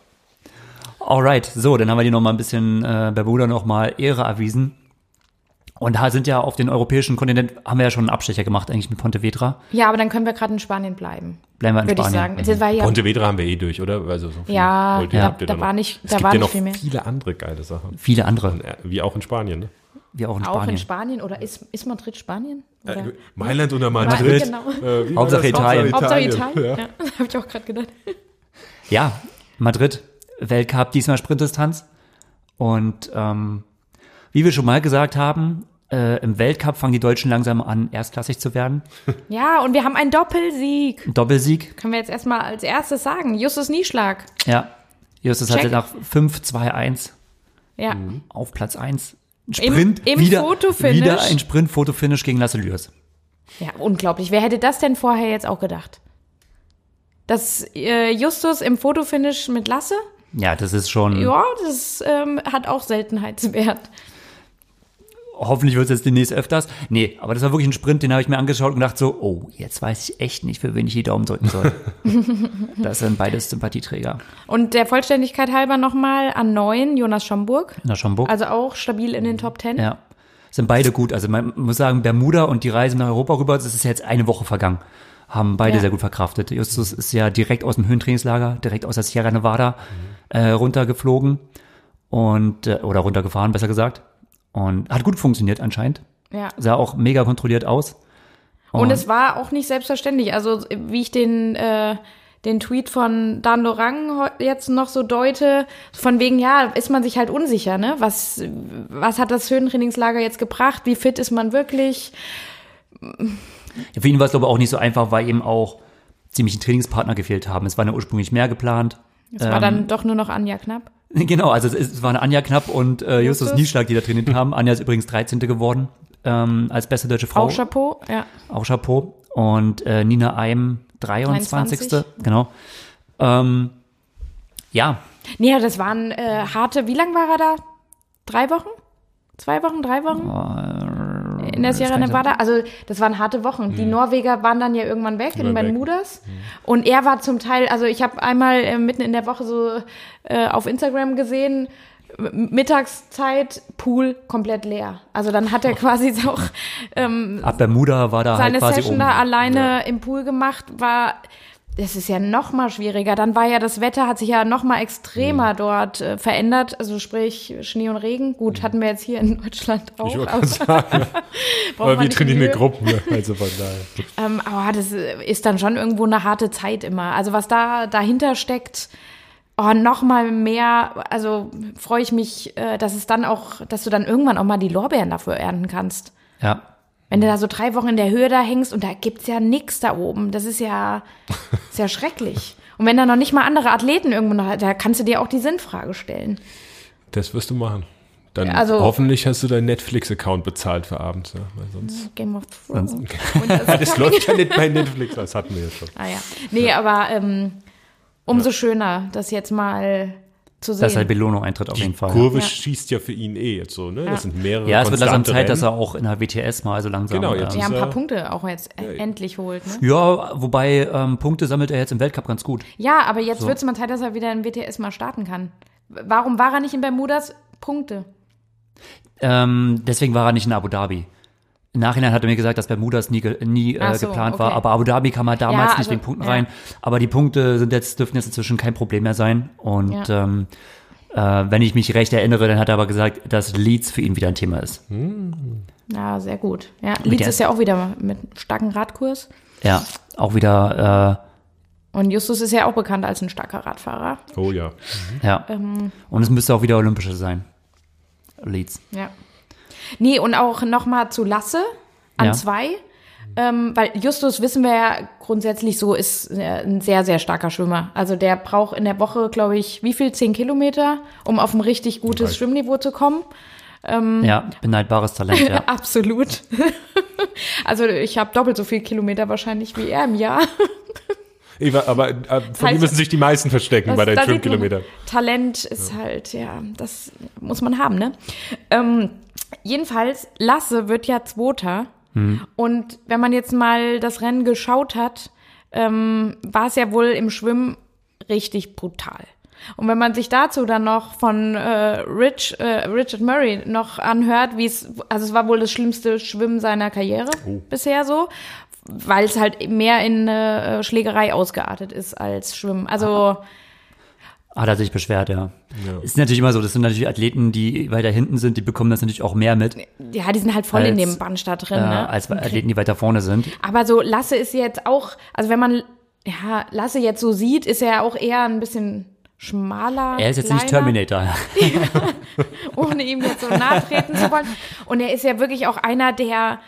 Speaker 2: Alright, so, dann haben wir die nochmal ein bisschen äh, Bermuda nochmal Ehre erwiesen. Und da sind ja auf den europäischen Kontinent, haben wir ja schon einen Abstecher gemacht, eigentlich mit Pontevedra.
Speaker 4: Ja, aber dann können wir gerade in Spanien bleiben.
Speaker 2: Bleiben wir in
Speaker 4: Würde ich
Speaker 2: Spanien. mhm.
Speaker 4: sagen. Das war ja,
Speaker 3: Pontevedra haben wir eh durch, oder? Also so viel
Speaker 4: ja,
Speaker 3: wollt ihr-
Speaker 4: da,
Speaker 3: habt ihr
Speaker 4: da
Speaker 3: noch.
Speaker 4: war nicht,
Speaker 3: Es
Speaker 4: da
Speaker 3: gibt ja
Speaker 4: war nicht
Speaker 3: noch
Speaker 4: viel mehr.
Speaker 3: viele andere geile Sachen.
Speaker 2: Viele andere,
Speaker 3: Ja, Wie auch in Spanien, ne?
Speaker 2: wie auch in
Speaker 4: Auch
Speaker 2: Spanien.
Speaker 4: in Spanien oder ist, ist Madrid Spanien? Oder?
Speaker 3: Äh, Mailand oder Madrid.
Speaker 4: Genau.
Speaker 3: Äh, wie war
Speaker 2: Hauptsache
Speaker 3: das?
Speaker 2: Italien.
Speaker 4: Hauptsache Italien.
Speaker 3: Ja.
Speaker 4: Ja. Habe ich auch gerade gedacht.
Speaker 2: Ja, Madrid, Weltcup, diesmal Sprintdistanz. Und ähm, wie wir schon mal gesagt haben, äh, im Weltcup fangen die Deutschen langsam an, erstklassig zu werden.
Speaker 4: Ja, und wir haben einen Doppelsieg.
Speaker 2: Ein Doppelsieg,
Speaker 4: Können wir jetzt erstmal als erstes sagen. Justus Nieschlag.
Speaker 2: ja. Justus hatte
Speaker 4: Check.
Speaker 2: nach 5-2-1
Speaker 4: Ja.
Speaker 2: auf Platz 1. Ein
Speaker 4: Im-
Speaker 2: Sprint,
Speaker 4: im
Speaker 2: wieder,
Speaker 4: Fotofinish.
Speaker 2: wieder ein Sprint-Fotofinish gegen Lasse Lührs.
Speaker 4: Ja, unglaublich. Wer hätte das denn vorher jetzt auch gedacht? Dass äh, Justus im Fotofinish mit Lasse?
Speaker 2: Ja, das ist schon,
Speaker 4: Ja, das ähm, hat auch Seltenheitswert.
Speaker 2: hoffentlich wird es jetzt demnächst öfters. Nee, aber das war wirklich ein Sprint, den habe ich mir angeschaut und gedacht so, oh, jetzt weiß ich echt nicht, für wen ich die Daumen drücken soll. das sind beides Sympathieträger.
Speaker 4: Und der Vollständigkeit halber nochmal an neun Jonas Schomburg.
Speaker 2: Na, Schomburg.
Speaker 4: Also auch stabil in den Top Ten.
Speaker 2: Ja. Sind beide gut. Also man muss sagen, Bermuda und die Reise nach Europa rüber, das ist jetzt eine Woche vergangen. Haben beide
Speaker 4: Ja.
Speaker 2: sehr gut verkraftet. Justus ist ja direkt aus dem Höhentrainingslager, direkt aus der Sierra Nevada
Speaker 4: Mhm.
Speaker 2: äh, runtergeflogen und äh, oder runtergefahren, besser gesagt. Und hat gut funktioniert anscheinend.
Speaker 4: ja.
Speaker 2: Sah auch mega kontrolliert aus. Oh.
Speaker 4: Und es war auch nicht selbstverständlich. Also wie ich den, äh, den Tweet von Dan Lorang heu- jetzt noch so deute, von wegen, ja, ist man sich halt unsicher, ne? Was, was hat das Höhentrainingslager jetzt gebracht? Wie fit ist man wirklich?
Speaker 2: Ja, Für ihn war es, glaube ich, auch nicht so einfach, weil eben auch ziemlich Trainingspartner gefehlt haben. Es war ja ursprünglich mehr geplant.
Speaker 4: Es war dann doch nur noch Anja Knapp.
Speaker 2: Genau, also es, ist- es waren Anja Knapp und äh, Justus
Speaker 4: Justus.
Speaker 2: Nieschlag, die da trainiert haben. Anja ist übrigens 13. geworden ähm, als beste deutsche Frau.
Speaker 4: Auch Chapeau, ja.
Speaker 2: Auch Chapeau. Und äh, Nina Eim, 23.
Speaker 4: 23..
Speaker 2: Genau. Ähm, ja,
Speaker 4: Nee, das waren äh, harte, wie lang war er da? Drei Wochen? Zwei Wochen, drei Wochen?
Speaker 2: äh,
Speaker 4: In der Sierra
Speaker 2: kann ich
Speaker 4: Nevada. Also das waren harte Wochen. Die Norweger waren dann ja irgendwann weg in
Speaker 3: Mhm. waren weg.
Speaker 4: Bermudas. Und er war zum Teil, also ich habe einmal äh, mitten in der Woche so äh, auf Instagram gesehen, m- Mittagszeit, Pool komplett leer. Also dann
Speaker 3: Oh.
Speaker 4: hat er quasi auch ähm,
Speaker 2: ab Bermuda war da halt
Speaker 3: Ah,
Speaker 4: seine
Speaker 2: quasi
Speaker 3: um.
Speaker 4: Session
Speaker 2: oben.
Speaker 4: da alleine im Pool gemacht, war das ist ja noch mal schwieriger. Dann war ja das Wetter, hat sich ja noch mal
Speaker 3: Mhm.
Speaker 4: extremer dort äh, verändert. Also sprich Schnee und Regen. Gut, hatten wir jetzt hier in Deutschland auch.
Speaker 3: Mhm. Ich wollte
Speaker 4: aber
Speaker 3: gerade sagen.
Speaker 4: braucht
Speaker 3: Aber
Speaker 4: man
Speaker 3: wir
Speaker 4: nicht
Speaker 3: trainieren eine
Speaker 4: Mühe.
Speaker 3: Gruppe. Also von daher.
Speaker 4: Ähm, aber das ist dann schon irgendwo eine harte Zeit immer. Also was da dahinter steckt, oh, noch mal mehr. Also freue ich mich, äh, dass es dann auch, dass du dann irgendwann auch mal die Lorbeeren dafür ernten kannst.
Speaker 2: Ja.
Speaker 4: Wenn du da so drei Wochen in der Höhe da hängst und da gibt's ja nix da oben. Das ist ja, ist ja schrecklich. Und wenn da noch nicht mal andere Athleten irgendwo noch, da kannst du dir auch die Sinnfrage stellen.
Speaker 3: Das wirst du machen. Dann
Speaker 4: Also-
Speaker 3: hoffentlich hast du deinen Netflix-Account bezahlt für abends, ja? weil sonst.
Speaker 4: Game of Thrones.
Speaker 2: Sonst-
Speaker 4: Und das-
Speaker 3: Das läuft ja nicht bei Netflix, das hatten wir ja schon.
Speaker 4: ah, ja. Nee, aber ähm, umso schöner, das jetzt mal zu sehen.
Speaker 2: Das ist halt Belohnung-Eintritt auf jeden Fall.
Speaker 3: Kurve
Speaker 4: Ja.
Speaker 3: schießt ja für ihn eh jetzt so, ne?
Speaker 4: Ja.
Speaker 3: Das sind mehrere.
Speaker 2: Ja, es wird langsam
Speaker 3: konstante
Speaker 2: Zeit, dass
Speaker 3: Rennen.
Speaker 2: er auch in der WTS mal so langsam.
Speaker 3: Genau,
Speaker 2: ähm,
Speaker 3: jetzt
Speaker 4: ja,
Speaker 2: ja.
Speaker 4: ein paar Punkte auch jetzt endlich holt. Ne?
Speaker 2: wobei ähm, Punkte sammelt er jetzt im Weltcup ganz gut.
Speaker 4: Ja, aber jetzt wird's mal Zeit, dass er wieder im WTS mal starten kann. Warum war er nicht in Bermudas? Punkte.
Speaker 2: Ähm, deswegen war er nicht in Abu Dhabi. Im Nachhinein hat er mir gesagt, dass Bermudas nie, ge- nie äh,
Speaker 4: Ach so,
Speaker 2: geplant
Speaker 4: okay.
Speaker 2: war, aber Abu Dhabi kam er damals
Speaker 4: Ja,
Speaker 2: nicht
Speaker 4: also,
Speaker 2: wegen Punkten
Speaker 4: ja.
Speaker 2: rein. Aber die Punkte sind jetzt, dürfen jetzt inzwischen kein Problem mehr sein. Und
Speaker 4: Ja.
Speaker 2: ähm, äh, wenn ich mich recht erinnere, dann hat er aber gesagt, dass Leeds für ihn wieder ein Thema ist.
Speaker 4: Ja, sehr gut. Ja, Leeds
Speaker 2: der-
Speaker 4: ist ja auch wieder mit einem starken Radkurs.
Speaker 2: Ja, auch wieder,
Speaker 4: Und Justus ist ja auch bekannt als ein starker Radfahrer.
Speaker 3: Oh ja.
Speaker 2: äh, ja.
Speaker 4: Ähm.
Speaker 2: Und es müsste auch wieder Olympische sein. Leeds.
Speaker 4: Ja. Nee, und auch nochmal zu Lasse an
Speaker 2: Ja.
Speaker 4: zwei. Ähm, weil Justus, wissen wir ja grundsätzlich so, ist äh, ein sehr, sehr starker Schwimmer. Also der braucht in der Woche, glaube ich, wie viel? Zehn Kilometer, um auf ein richtig gutes
Speaker 3: Drei.
Speaker 4: Schwimmniveau zu kommen. Hm.
Speaker 2: Ja, beneidbares Talent, ja.
Speaker 4: Absolut. also ich habe doppelt so viel Kilometer wahrscheinlich wie er im Jahr.
Speaker 3: Eva, aber äh, von ihm
Speaker 4: heißt-
Speaker 3: müssen sich die meisten verstecken bei deinen
Speaker 4: Das- da sieht
Speaker 3: 5
Speaker 4: man,
Speaker 3: Kilometern.
Speaker 4: Talent ist halt, ja, das muss man haben, ne? Ähm, jedenfalls, Lasse wird ja Zweiter. Und wenn man jetzt mal das Rennen geschaut hat, ähm, war es ja wohl im Schwimmen richtig brutal. Und wenn man sich dazu dann noch von äh, Rich, äh, Richard Murray noch anhört, wie es, also es war wohl das schlimmste Schwimmen seiner Karriere bisher so, weil es halt mehr in äh, Schlägerei ausgeartet ist als Schwimmen. Also
Speaker 2: Hat er sich beschwert, ja. Ist natürlich immer so, das sind natürlich Athleten, die weiter hinten sind, die bekommen das natürlich auch mehr mit, äh,
Speaker 4: Ja, die sind halt voll in
Speaker 2: Als,
Speaker 4: dem Bunch da drin. ne?
Speaker 2: Äh, als Athleten, die weiter vorne sind.
Speaker 4: Aber so Lasse ist jetzt auch, also wenn man ja, Lasse jetzt so sieht, ist er ja auch eher ein bisschen schmaler.
Speaker 2: Er ist jetzt nicht
Speaker 4: kleiner,
Speaker 2: Terminator.
Speaker 4: Ohne ihm jetzt so nahe treten zu wollen. Und er ist ja wirklich auch einer der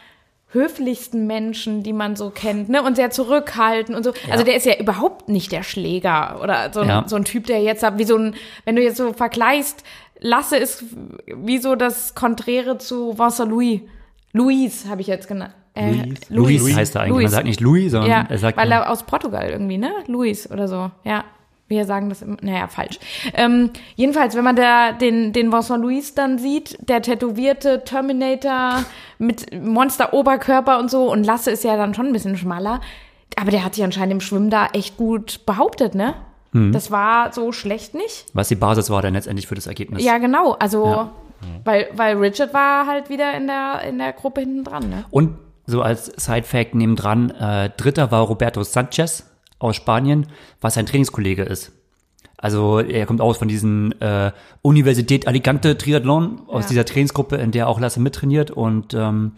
Speaker 4: höflichsten Menschen, die man so kennt, ne? Und sehr zurückhaltend und so. Also der ist ja überhaupt nicht der Schläger oder so ein,
Speaker 2: Ja.
Speaker 4: so ein Typ, der jetzt hat, wie so ein, wenn du jetzt so vergleichst, Lasse ist wie so das Konträre zu Vincent Louis. Louis habe ich jetzt genannt. Äh,
Speaker 2: Luis, heißt er eigentlich. Man
Speaker 4: Luis.
Speaker 2: sagt nicht Louis, sondern
Speaker 4: Ja,
Speaker 2: er sagt
Speaker 4: weil
Speaker 2: nur
Speaker 4: er aus Portugal irgendwie, ne? Luis oder so. Ja, wir sagen das immer. Naja, falsch. Ähm, jedenfalls, wenn man da den, den Vincent Luis dann sieht, der tätowierte Terminator mit Monster-Oberkörper und so und Lasse ist ja dann schon ein bisschen schmaler. Aber der hat sich anscheinend im Schwimmen da echt gut behauptet, ne?
Speaker 2: Mhm.
Speaker 4: Das war so schlecht nicht.
Speaker 2: was die Basis war dann letztendlich für das Ergebnis.
Speaker 4: Ja, genau. Also,
Speaker 2: Ja.
Speaker 4: weil, weil Richard war halt wieder in der, in der Gruppe hinten dran, ne?
Speaker 2: Und so als Side-Fact nebendran, äh, dritter war Roberto Sanchez aus Spanien, was sein Trainingskollege ist. Also er kommt aus von diesen äh, Universität Alicante Triathlon, aus
Speaker 4: Ja.
Speaker 2: dieser Trainingsgruppe, in der auch Lasse mittrainiert und ähm,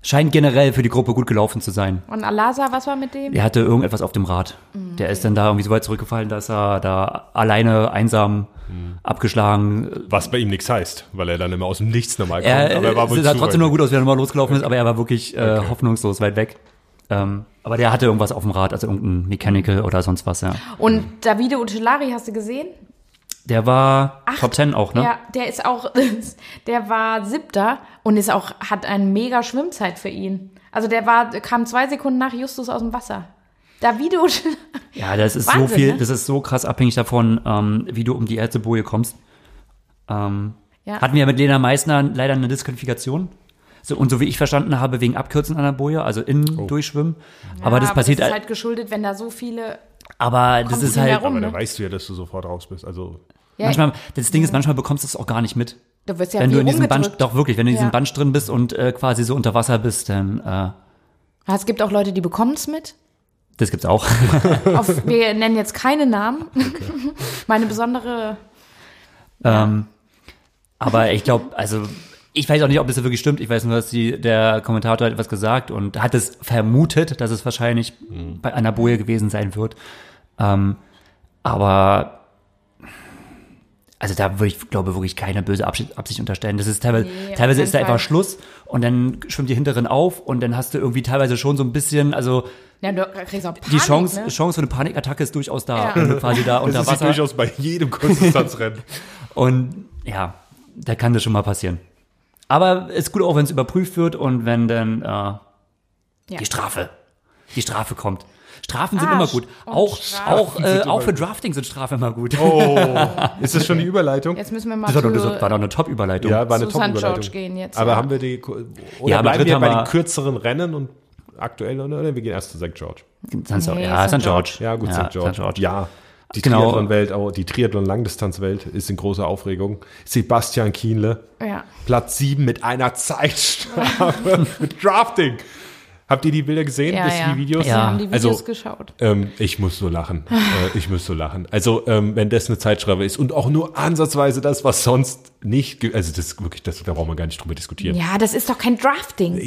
Speaker 2: scheint generell für die Gruppe gut gelaufen zu sein.
Speaker 4: Und Alasa, was war mit dem?
Speaker 2: Er hatte irgendetwas auf dem Rad.
Speaker 4: Mhm.
Speaker 2: Der ist dann da irgendwie so weit zurückgefallen, dass er da alleine, einsam, abgeschlagen.
Speaker 3: Was bei ihm nichts heißt, weil er dann immer aus dem Nichts normal kommt.
Speaker 2: Er, äh,
Speaker 3: aber er war wohl
Speaker 2: sah
Speaker 3: zu
Speaker 2: halt trotzdem
Speaker 3: weit.
Speaker 2: nur gut aus, wie er nochmal losgelaufen ist, aber er war wirklich äh, hoffnungslos weit weg. Ähm, aber der hatte irgendwas auf dem Rad, also irgendein Mechanical oder sonst was, ja.
Speaker 4: Und Davide Ucellari hast du gesehen?
Speaker 2: Der war Top Ten auch, ne?
Speaker 4: Ja, der ist auch, der war siebter und ist auch, hat eine mega Schwimmzeit für ihn. Also der war, kam zwei Sekunden nach Justus aus dem Wasser. Davido,
Speaker 2: Ja, das ist so
Speaker 4: Wahnsinn,
Speaker 2: viel,
Speaker 4: ne?
Speaker 2: das ist so krass abhängig davon, ähm, wie du um die Ärzteboje kommst. Ähm,
Speaker 4: Ja.
Speaker 2: Hatten wir mit Lena Meissner leider eine Disqualifikation. So, und so wie ich verstanden habe, wegen Abkürzen an der Boje, also innen durchschwimmen. aber das passiert,
Speaker 4: Das ist halt geschuldet, wenn da so viele.
Speaker 2: aber das
Speaker 4: kommt
Speaker 2: ist
Speaker 4: nicht mehr
Speaker 2: halt,
Speaker 4: rum.
Speaker 3: Aber da
Speaker 4: ne?
Speaker 3: weißt du ja, dass du sofort raus bist. Also
Speaker 4: Ja,
Speaker 2: manchmal, das Ding ist, manchmal bekommst du es auch gar nicht mit.
Speaker 4: du wirst ja
Speaker 2: wenn
Speaker 4: viel
Speaker 2: du in diesem Bunch,
Speaker 4: rumgedrückt.
Speaker 2: doch wirklich, wenn du in diesem
Speaker 4: Ja.
Speaker 2: Bunch drin bist und äh, quasi so unter Wasser bist, dann, äh,
Speaker 4: Es gibt auch Leute, die bekommen es mit.
Speaker 2: Das gibt's auch.
Speaker 4: Auf, wir nennen jetzt keine Namen. Meine besondere.
Speaker 2: Ähm, aber ich glaube, also ich weiß auch nicht, ob das wirklich stimmt. Ich weiß nur, dass die, der Kommentator hat etwas gesagt und hat es vermutet, dass es wahrscheinlich
Speaker 3: Mhm.
Speaker 2: bei einer Boje gewesen sein wird. Ähm, aber also da würde ich, glaube wirklich keine böse Absicht, Absicht unterstellen. Das ist teilweise,
Speaker 4: Nee, auf
Speaker 2: teilweise
Speaker 4: keinen
Speaker 2: ist da einfach
Speaker 4: Fall.
Speaker 2: Schluss und dann schwimmt die hinteren auf und dann hast du irgendwie teilweise schon so ein bisschen, also
Speaker 4: Ja, du kriegst auch Panik,
Speaker 2: die Chance,
Speaker 4: Ne?
Speaker 2: Chance für eine Panikattacke ist durchaus da,
Speaker 4: Ja.
Speaker 2: wenn du quasi da unter
Speaker 3: Das ist
Speaker 2: Wasser.
Speaker 3: durchaus bei jedem Kurzdistanzrennen.
Speaker 2: Und ja, da kann das schon mal passieren. Aber ist gut auch, wenn es überprüft wird und wenn dann äh, die Strafe, die Strafe kommt. Strafen sind
Speaker 4: Ah,
Speaker 2: immer gut.
Speaker 4: und
Speaker 2: Auch,
Speaker 4: Strafen
Speaker 2: auch, äh,
Speaker 3: sind
Speaker 2: auch
Speaker 3: immer Oh.
Speaker 2: für Drafting sind Strafen immer gut.
Speaker 3: ist das schon die Überleitung?
Speaker 4: Jetzt müssen wir mal
Speaker 2: Das war, doch,
Speaker 4: zu-
Speaker 2: das war doch eine Top-Überleitung.
Speaker 3: Ja, war eine
Speaker 4: Susan
Speaker 3: Top-Überleitung.
Speaker 4: George gehen jetzt,
Speaker 3: aber
Speaker 4: ja.
Speaker 3: haben wir die. Oder
Speaker 2: Ja,
Speaker 3: bleiben
Speaker 2: Madrid
Speaker 3: wir
Speaker 2: haben
Speaker 3: bei
Speaker 2: wir-
Speaker 3: den kürzeren Rennen und aktuell, oder? Wir gehen erst zu St. George.
Speaker 2: St. George.
Speaker 4: Nee,
Speaker 2: Ja, St. George.
Speaker 3: Ja, gut, St. George.
Speaker 2: St. George.
Speaker 3: Ja. Die
Speaker 2: Genau.
Speaker 3: Triathlon-Welt, auch die Triathlon-Langdistanz-Welt ist in großer Aufregung. Sebastian Kienle,
Speaker 4: Ja.
Speaker 3: Platz 7 mit einer Zeitstrafe mit Drafting. Habt ihr die Bilder gesehen?
Speaker 4: Ja,
Speaker 3: Wisst ihr
Speaker 4: ja.
Speaker 3: Die Videos?
Speaker 4: Wir
Speaker 2: Ja.
Speaker 4: haben die Videos
Speaker 3: Also-
Speaker 4: geschaut.
Speaker 3: Ähm, ich muss so lachen. äh, ich muss so lachen. Also, ähm, wenn das eine Zeitschreibe ist und auch nur ansatzweise das, was sonst nicht, ge- also das ist wirklich, das, da brauchen wir gar nicht drüber diskutieren. Ja,
Speaker 4: Ja, das ist doch kein Drafting.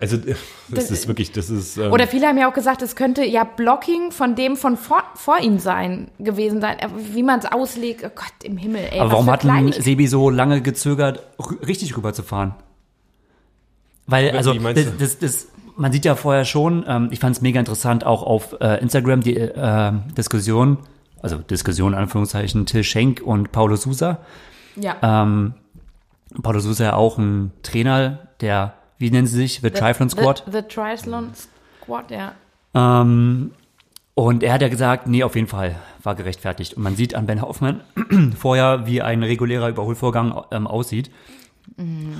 Speaker 3: also äh, das,
Speaker 4: Das-
Speaker 3: ist wirklich, das ist, ähm,
Speaker 4: Oder viele haben ja auch gesagt, es könnte ja Blocking von dem von vor, vor ihm sein gewesen sein, Aber wie man es auslegt. Oh Gott im Himmel, ey.
Speaker 2: Aber
Speaker 4: was
Speaker 2: warum
Speaker 4: für
Speaker 2: hat denn
Speaker 4: Kleinigkeiten.
Speaker 2: Sebi so lange gezögert, rü- richtig rüberzufahren? Weil, also,
Speaker 3: wie meinst
Speaker 2: das,
Speaker 3: du?
Speaker 2: das, das, man sieht ja vorher schon, ähm, ich fand es mega interessant, auch auf äh, Instagram die äh, Diskussion, also Diskussion in Anführungszeichen, Till Schenk und Paulo Sousa.
Speaker 4: Ja,
Speaker 2: Ähm, Paulo Sousa ja auch ein Trainer, der, wie nennen sie sich, The Triathlon Squad.
Speaker 4: The, the Triathlon Squad, ja.
Speaker 2: Ähm, und er hat ja gesagt, nee, auf jeden Fall war gerechtfertigt. Und man sieht an Ben Hoffmann vorher, wie ein regulärer Überholvorgang ähm, aussieht.